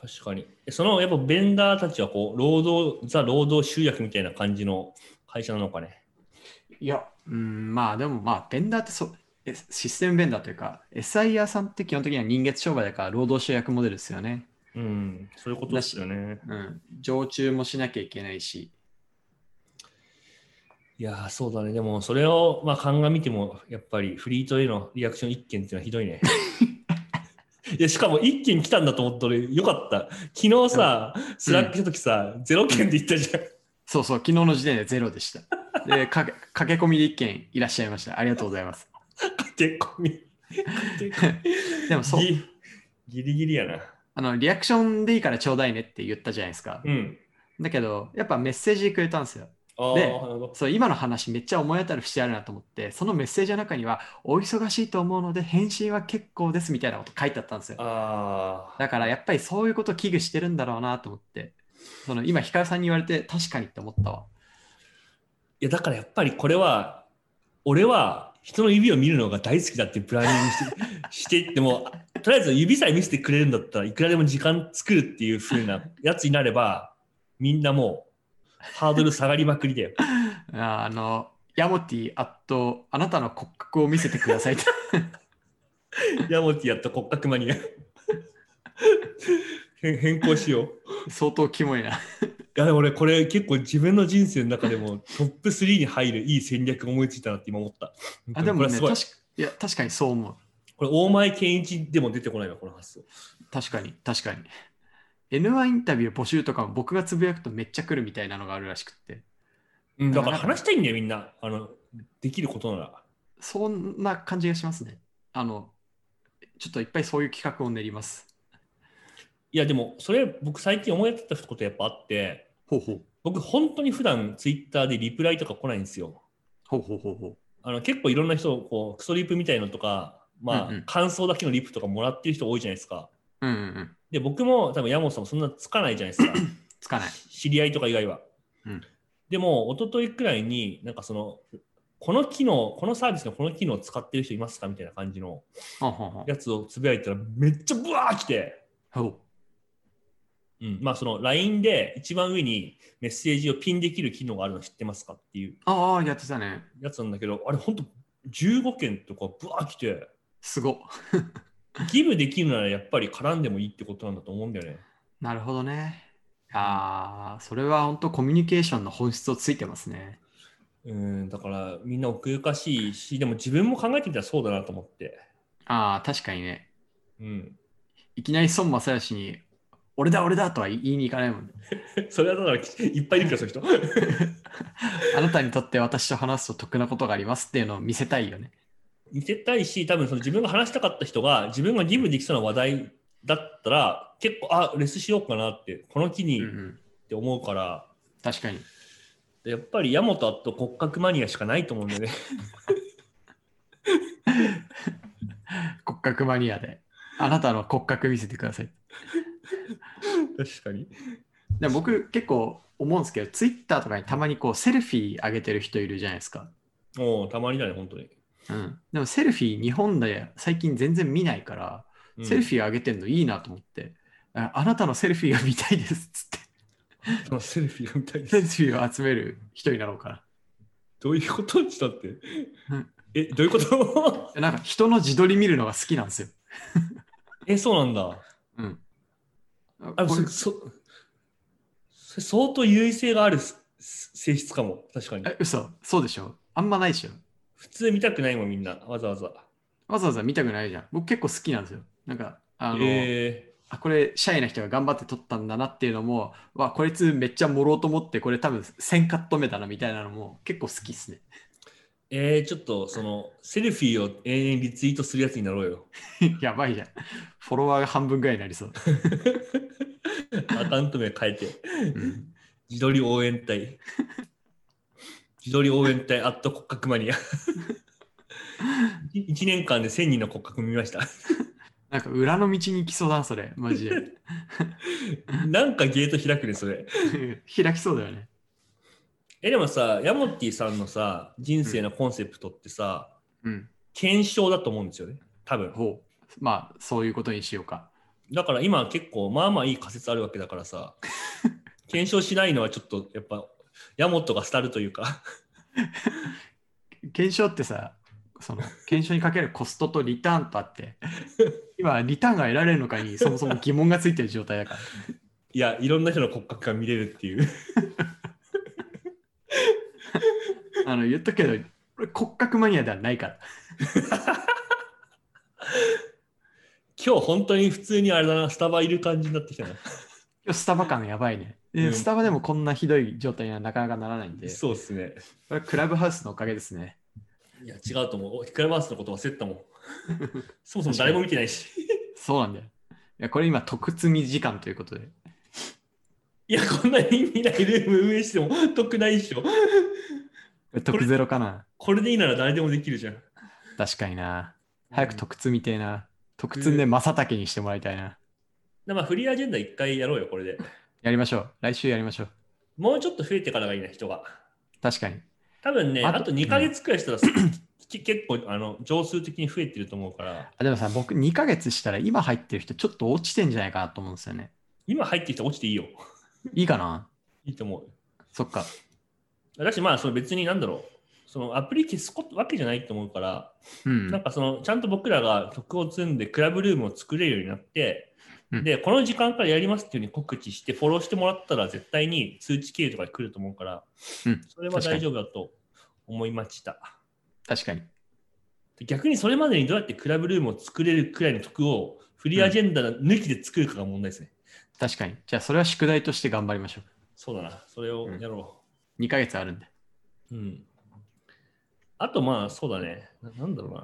Speaker 2: 確かに。えそのやっぱベンダーたちはこう、労働、ザ・労働集約みたいな感じの会社なのかね。
Speaker 1: いや、うん、まあでもまあ、ベンダーってそう、えシステムベンダーというか、SIR さんって基本的には人月商売だから労働集約モデルですよね。
Speaker 2: うん、そういうことですよね。
Speaker 1: うん。常駐もしなきゃいけないし、
Speaker 2: いやー、そうだね。でも、それを、まあ、鑑みても、やっぱり、フリートへのリアクション1件っていうのはひど [LAUGHS] いね。いや、しかも1件来たんだと思った俺、よかった。昨日さ、スラックした時さ、0件で言ったじゃん。
Speaker 1: そうそう、昨日の時点でゼロでした。 [LAUGHS] で、かけ駆け込みで一件いらっしゃいました。ありがとうございます。
Speaker 2: 駆け込み。駆け込み
Speaker 1: [LAUGHS] でもそう
Speaker 2: ギギリギリやな。
Speaker 1: あの、リアクションでいいからちょうだいねって言ったじゃないですか。
Speaker 2: うん。
Speaker 1: だけど、やっぱメッセージくれたんですよ。
Speaker 2: ああ、
Speaker 1: で
Speaker 2: なるほど。
Speaker 1: そう、今の話めっちゃ思い当たる節あるなと思って、そのメッセージの中には、お忙しいと思うので返信は結構ですみたいなこと書いてあったんですよ。
Speaker 2: ああ。
Speaker 1: だからやっぱりそういうこと危惧してるんだろうなと思って、その今、ヒカルさんに言われて確かにって思ったわ。
Speaker 2: いやだからやっぱりこれは俺は人の指を見るのが大好きだってプランニングしてしていっても [LAUGHS] とりあえず指さえ見せてくれるんだったらいくらでも時間作るっていう風なやつになればみんなもうハードル下がりまくりだよ。
Speaker 1: ああの、ヤモティ、あと、あなたの骨格を見せてくだ [LAUGHS] さいって。
Speaker 2: ヤモティやった骨格マニア [LAUGHS] 変変更しよう。い
Speaker 1: 相当キモいな。
Speaker 2: やでも俺これ結構自分の人生の中でもトップ3に入るいい戦略思いついたなって今思った。
Speaker 1: あで
Speaker 2: こ
Speaker 1: も
Speaker 2: れ
Speaker 1: ね
Speaker 2: す
Speaker 1: 確
Speaker 2: ごい
Speaker 1: か、いや、確かにそう思う。
Speaker 2: これ大前健一でも出てこないわこの発想。
Speaker 1: 確かに、確かに。N1 インタビュー募集とかも僕がつぶやくとめっちゃ来るみたいなのがあるらしくって、
Speaker 2: うん、だから話したいんだよ、みんな。あの、できることなら。
Speaker 1: そんな感じがしますね。あの、ちょっといっぱいそういう企画を練ります。
Speaker 2: いや、でも、それ、僕最近思い当たったことやっぱあって、
Speaker 1: ほうほう。
Speaker 2: 僕、本当に普段ツイッターでリプライとか来ないんですよ。
Speaker 1: ほうほうほうほう。
Speaker 2: あの、結構いろんな人を、こう、クソリプみたいのとか、まあ、
Speaker 1: うんうん
Speaker 2: 感想だけのリプとかもらってる人多いじゃないですか。
Speaker 1: うんうんうん。
Speaker 2: で、僕も、多分山本さんもそんなつかないじゃないですか。
Speaker 1: つかない。
Speaker 2: 知り合いとか以外は。
Speaker 1: うん
Speaker 2: でも、一昨日くらいに、なんかその、この機能、このサービスのこの機能を使ってる人いますかみたいな感じの
Speaker 1: ほうほうほう。
Speaker 2: やつをつぶやいたら、めっちゃブワー来て、
Speaker 1: ほう
Speaker 2: うん、まあその LINE で一番上にメッセージをピンできる機能があるの知ってますかっていう
Speaker 1: ああ、やってたね。
Speaker 2: やつなんだけど、あれ本当15件とかブワー来て、
Speaker 1: すごっ。
Speaker 2: ギブできるならやっぱり絡んでもいいってことなんだと思うんだよね。
Speaker 1: なるほどね。ああ、それは本当コミュニケーションの本質をついてますね。
Speaker 2: うん、だからみんな奥ゆかしいし、でも自分も考えてみたらそうだなと思って。
Speaker 1: ああ、確かにね。
Speaker 2: うん。
Speaker 1: いきなり孫正義に、俺だ、俺だとは言いに行かないもんね。
Speaker 2: それはだからいっぱいいるけど、そういう人。
Speaker 1: あなたにとって私と話すと得なことがありますっていうのを見せたいよね。
Speaker 2: 見せたいし、多分その自分が話したかった人が自分がギブできそうな話題だったら、結構、あ、レスしようかなって、この機に
Speaker 1: う
Speaker 2: っ
Speaker 1: ん、
Speaker 2: て思うから、
Speaker 1: 確かに。
Speaker 2: やっぱりヤモトと骨格マニアしかないと思う
Speaker 1: [LAUGHS]
Speaker 2: んだよね。
Speaker 1: 骨格マニアで。あなたの骨格見せてください。
Speaker 2: 確かに。
Speaker 1: で僕結構思うんですけど、ツイッターとかにたまにこうセルフィー上げてる人いるじゃないですか。
Speaker 2: もうたまにだね、本当に。
Speaker 1: うん。でもセルフィー日本で最近全然見ないから、
Speaker 2: うん
Speaker 1: セルフィー上げてんのいいなと思って、ああなたのセルフィーが見たいですっつって、
Speaker 2: まあセルフィーが見たいで
Speaker 1: セ
Speaker 2: す。
Speaker 1: ルフィーを集める人になろうか
Speaker 2: どういうことちょっと待って
Speaker 1: うん。
Speaker 2: え、どういうこと
Speaker 1: な。
Speaker 2: [LAUGHS]
Speaker 1: なんか人の自撮り見るのが好きなんですよ。
Speaker 2: え、そうなんだ。
Speaker 1: うん。あ
Speaker 2: あ
Speaker 1: これ
Speaker 2: そそそ相当優位性があるすす性質かも、確かに。
Speaker 1: え嘘そうでしょあんまないでしょ
Speaker 2: 普通見たくないもん、みんな、わざわざ。
Speaker 1: わざわざ見たくないじゃん。僕結構好きなんですよ。なんか、あの、
Speaker 2: え
Speaker 1: あこれ、シャイな人が頑張って撮ったんだなっていうのも、わ、こいつめっちゃ盛ろうと思って、これ多分1000カット目だなみたいなのも結構好きっすね。 [LAUGHS]
Speaker 2: ー、えー、ちょっと、その、セルフィーを永遠リツイートするやつになろう
Speaker 1: [LAUGHS]
Speaker 2: よ。
Speaker 1: やばいじゃん。フォロワーが半分ぐらいになりそう。
Speaker 2: アカウント名変えて。
Speaker 1: うん
Speaker 2: 自撮り応援隊。自撮り応援隊、アット骨格マニア。1年間で1000人の骨格見ました。
Speaker 1: なんか裏の道に行きそうだな、それ。マジで。 [LAUGHS]
Speaker 2: なんかゲート開くね、それ。
Speaker 1: 開きそうだよね。
Speaker 2: え、でもさ、ヤモティさんのさ、人生のコンセプトってさ、
Speaker 1: うん。
Speaker 2: 検証だと思うんですよね。多分。
Speaker 1: ほう。まあ、そういうことにしようか。
Speaker 2: だから今結構、まあまあいい仮説あるわけだからさ、検証しないのはちょっと、やっぱ、ヤモトが廃るというか、
Speaker 1: 検証ってさ、その検証にかけるコストとリターンとあ
Speaker 2: [LAUGHS]
Speaker 1: って、今、リターンが得られるのかにそもそも疑問がついてる状態だから。
Speaker 2: いや、いろんな人の骨格が見れるっていう。 [LAUGHS]
Speaker 1: あの言っとくけど、俺骨格マニアではないから。
Speaker 2: 今日本当に普通にあれだな、スタバいる感じになってきたな。
Speaker 1: 今日スタバ感やばいね、で
Speaker 2: うん
Speaker 1: スタバでもこんなひどい状態にはなかなかならないんで、
Speaker 2: そうですね。
Speaker 1: これはクラブハウスのおかげですね。
Speaker 2: いや、違うと思うお。クラブハウスのこと忘れてたも [LAUGHS] ん。そもそも誰も見てないし。
Speaker 1: そうなんだよ。いや、これ今、特積み時間ということで。
Speaker 2: いや、こんなに見ないルーム運営しても得ないっしょ。
Speaker 1: 特ゼロかな
Speaker 2: これでいいなら誰でもできるじゃん。
Speaker 1: 確かにな。早く
Speaker 2: うん
Speaker 1: 特積みてえな。特積んで正竹にしてもらいたいな。
Speaker 2: だまあ、フリーアジェンダ一回やろうよ、これで。
Speaker 1: やりましょう。来週やりましょう。
Speaker 2: もうちょっと増えてからがいいな、人が。
Speaker 1: 確かに。
Speaker 2: 多分ね、
Speaker 1: あ
Speaker 2: あ
Speaker 1: と
Speaker 2: と2ヶ月くらいしたら、き結構あの、常数的に増えてると思うから、
Speaker 1: あでもさ、僕2ヶ月したら今入ってる人ちょっと落ちてんじゃないかなと思うんですよね。
Speaker 2: 今入ってきたら落ちていいよ。
Speaker 1: いいかない
Speaker 2: いと思う。
Speaker 1: そっか。
Speaker 2: だし、まあ、その別になんだろう。そのアプリ消すことわけじゃないと思うから、
Speaker 1: うん
Speaker 2: なん。かそのちゃんと僕らが曲を積んでクラブルームを作れるようになって、
Speaker 1: うん
Speaker 2: でこの時間からやりますっていうふうに告知してフォローしてもらったら絶対に通知経由とかに来ると思うから、
Speaker 1: うん
Speaker 2: それは大丈夫だと思いました
Speaker 1: 確かに。
Speaker 2: で逆にそれまでにどうやってクラブルームを作れるくらいの曲をフリーアジェンダ抜きで作るかが問題ですね、
Speaker 1: 確かに。じゃあ、それは宿題として頑張りましょ
Speaker 2: そうだなそれをやろ
Speaker 1: う。2ヶ月あるんで。
Speaker 2: ううん、あとまあそうだねななんだろうな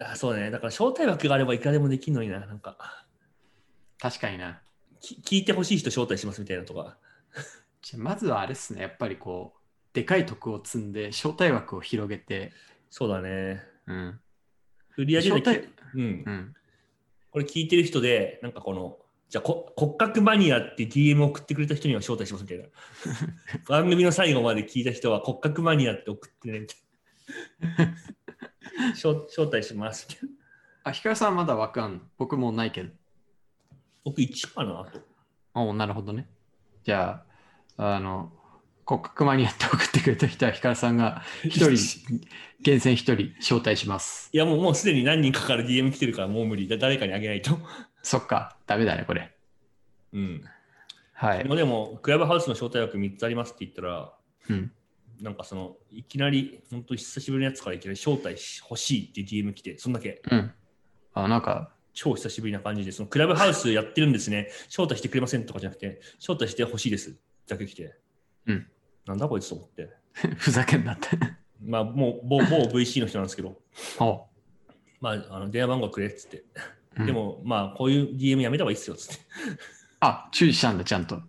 Speaker 2: あそうだねだから招待枠があればいくらでもできるのにななんか
Speaker 1: 確かにな。
Speaker 2: き聞いてほしい人招待しますみたいなとか。
Speaker 1: じゃあまずはあれっすね。やっぱりこう、でかい徳を積んで、招待枠を広げて、
Speaker 2: そうだね。
Speaker 1: うん。
Speaker 2: 売り上げ
Speaker 1: 招
Speaker 2: で
Speaker 1: 待、、
Speaker 2: うん
Speaker 1: う、ん。
Speaker 2: これ聞いてる人で、なんかこの、じゃあこ骨格マニアって DM を送ってくれた人には招待しますみた
Speaker 1: [LAUGHS]
Speaker 2: いな。番組の最後まで聞いた人は骨格マニアって送って
Speaker 1: [LAUGHS]
Speaker 2: ねみたいな。招招待しますみたいな。
Speaker 1: あ、ひかるさんまだ枠あんの僕もうないけど。
Speaker 2: 僕1かなあと。
Speaker 1: おなるほどね。じゃあ、あの、骨格マニアって送ってくれた人は、ひかるさんが一人、厳選一人招待します。
Speaker 2: いやもうもうすでに何人かから DM 来てるからもう無理だ。誰かにあげないと。
Speaker 1: そっか、ダメだね、これ。
Speaker 2: うん。
Speaker 1: はい。
Speaker 2: でもでも、クラブハウスの招待枠3つありますって言ったら、
Speaker 1: うん。
Speaker 2: なんかその、いきなり、本当久しぶりのやつからいきなり招待し欲しいっていう DM 来て、そんだけ、
Speaker 1: うん。あ、なんか、 [LAUGHS]
Speaker 2: 超久しぶりな感じで、そのクラブハウスやってるんですね、招待してくれませんとかじゃなくて、招待して欲しいですだけ来て、
Speaker 1: うん。
Speaker 2: なんだこいつと思って。
Speaker 1: ふざけんなって。 [LAUGHS]
Speaker 2: まあ、もう、某某 VC の人なんですけど、
Speaker 1: お
Speaker 2: まあ、あの電話番号くれっつって、
Speaker 1: うん
Speaker 2: でも、まあ、こういう DM やめた方がいいっすよっつって。
Speaker 1: あ、注意したんだ、ちゃんと。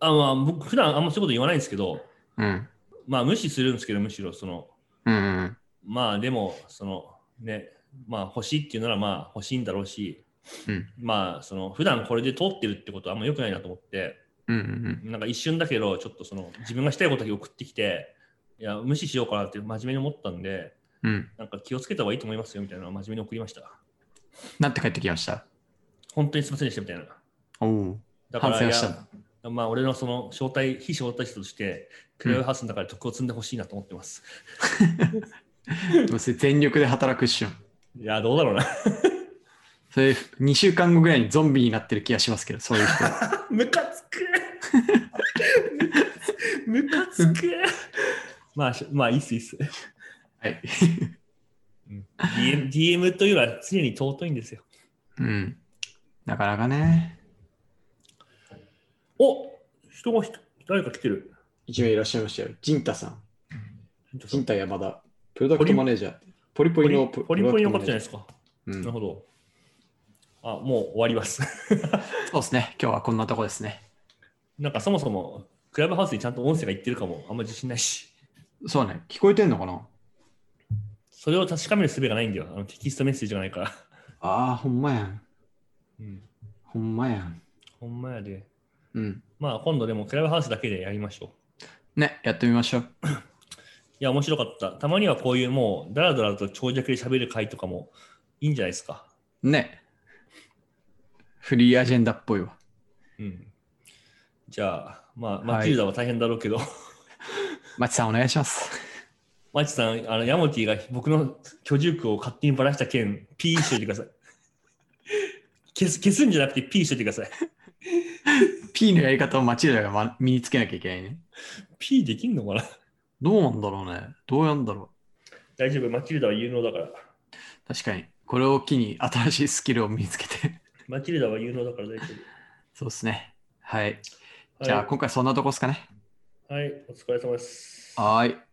Speaker 2: あまあ、僕、普段あんまそういうこと言わないんですけど、
Speaker 1: うん。
Speaker 2: まあ、無視するんですけど、むしろ、その、
Speaker 1: うんうん。
Speaker 2: まあでもそのねまあ欲しいっていうならまあ欲しいんだろうし、
Speaker 1: うん
Speaker 2: まあその普段これで通ってるってことはあんま良くないなと思って
Speaker 1: うんうん
Speaker 2: なんか一瞬だけど、ちょっとその自分がしたいことだけ送ってきて、いや、無視しようかなって真面目に思ったんで、
Speaker 1: うん。うん。
Speaker 2: なんか気をつけた方がいいと思いますよみたいなのを真面目に送りました。
Speaker 1: なんて帰ってきました
Speaker 2: 本当にすみませんでしたみたいな。
Speaker 1: おお。
Speaker 2: だ
Speaker 1: 反
Speaker 2: から、
Speaker 1: 省はし
Speaker 2: い
Speaker 1: た
Speaker 2: や
Speaker 1: の。
Speaker 2: まあ、俺のその招待、非招待者として、クラブハウスの中で得を積んでほしいなと思ってます。
Speaker 1: でもそれ全力で働くっしょ。
Speaker 2: いや、どうだろうな。
Speaker 1: それ2週間後ぐらいにゾンビになってる気がしますけど、そういう人。
Speaker 2: ムカつくムカつくまあ、しまあ、いいっす、いいっす。
Speaker 1: はい。
Speaker 2: DM, DM というのは常に尊いんですよ。
Speaker 1: うん。なかなかね。
Speaker 2: お人がひと、誰か来てる。
Speaker 1: 一名いらっしゃいましたよ。ジンタさん。ジンタ山田。プロダ
Speaker 2: クトマ
Speaker 1: ネージャー。ポリポ
Speaker 2: ポリポリポリのことじゃないですか。
Speaker 1: うん
Speaker 2: なる
Speaker 1: そ
Speaker 2: ほど。あ、もう終わります。 [LAUGHS]
Speaker 1: うですね。今日はこんなとこですね。
Speaker 2: なんかそもそも、クラブハウスにちゃんと音声が言ってるかも、あんま自信ないし。
Speaker 1: そうね。聞こえてんのかな
Speaker 2: それを確かめる術がないんだよ。あのテキストメッセージがないから。
Speaker 1: ああ、ほんまやん。
Speaker 2: うん。
Speaker 1: ほんまやん。
Speaker 2: ほんまやで。
Speaker 1: うん。
Speaker 2: まあ今度でもクラブハウスだけでやりましょう。
Speaker 1: ね、やってみましょう。
Speaker 2: いや、面白かった。たまにはこういうもう、だらだらと長尺で喋る回とかもいいんじゃないですか。
Speaker 1: ね。フリーアジェンダっぽいわ。
Speaker 2: うん。じゃあ、まあ、マチルダは大変だろうけど、 [LAUGHS]
Speaker 1: マチさんお願いします。
Speaker 2: マチさん、あの、ヤモティが僕の居住区を勝手にばらした件、ピーしといてください。 [LAUGHS] 消す、消すんじゃなくてピーしといてください。
Speaker 1: P のやり方をマチルダがま身につけなきゃいけないね。
Speaker 2: ピーできんのかな
Speaker 1: どうなんだろうね。どうやんだろ
Speaker 2: 大丈夫、マチルダは有能だから。
Speaker 1: う。確かに。これを機に新しいスキルを身につけて。
Speaker 2: マチルダは有能だから大丈
Speaker 1: そうですね。はい。
Speaker 2: 夫。
Speaker 1: じゃあ
Speaker 2: は
Speaker 1: 今回そんなとこですかね。
Speaker 2: い、はい、お疲れ様です。
Speaker 1: はーい。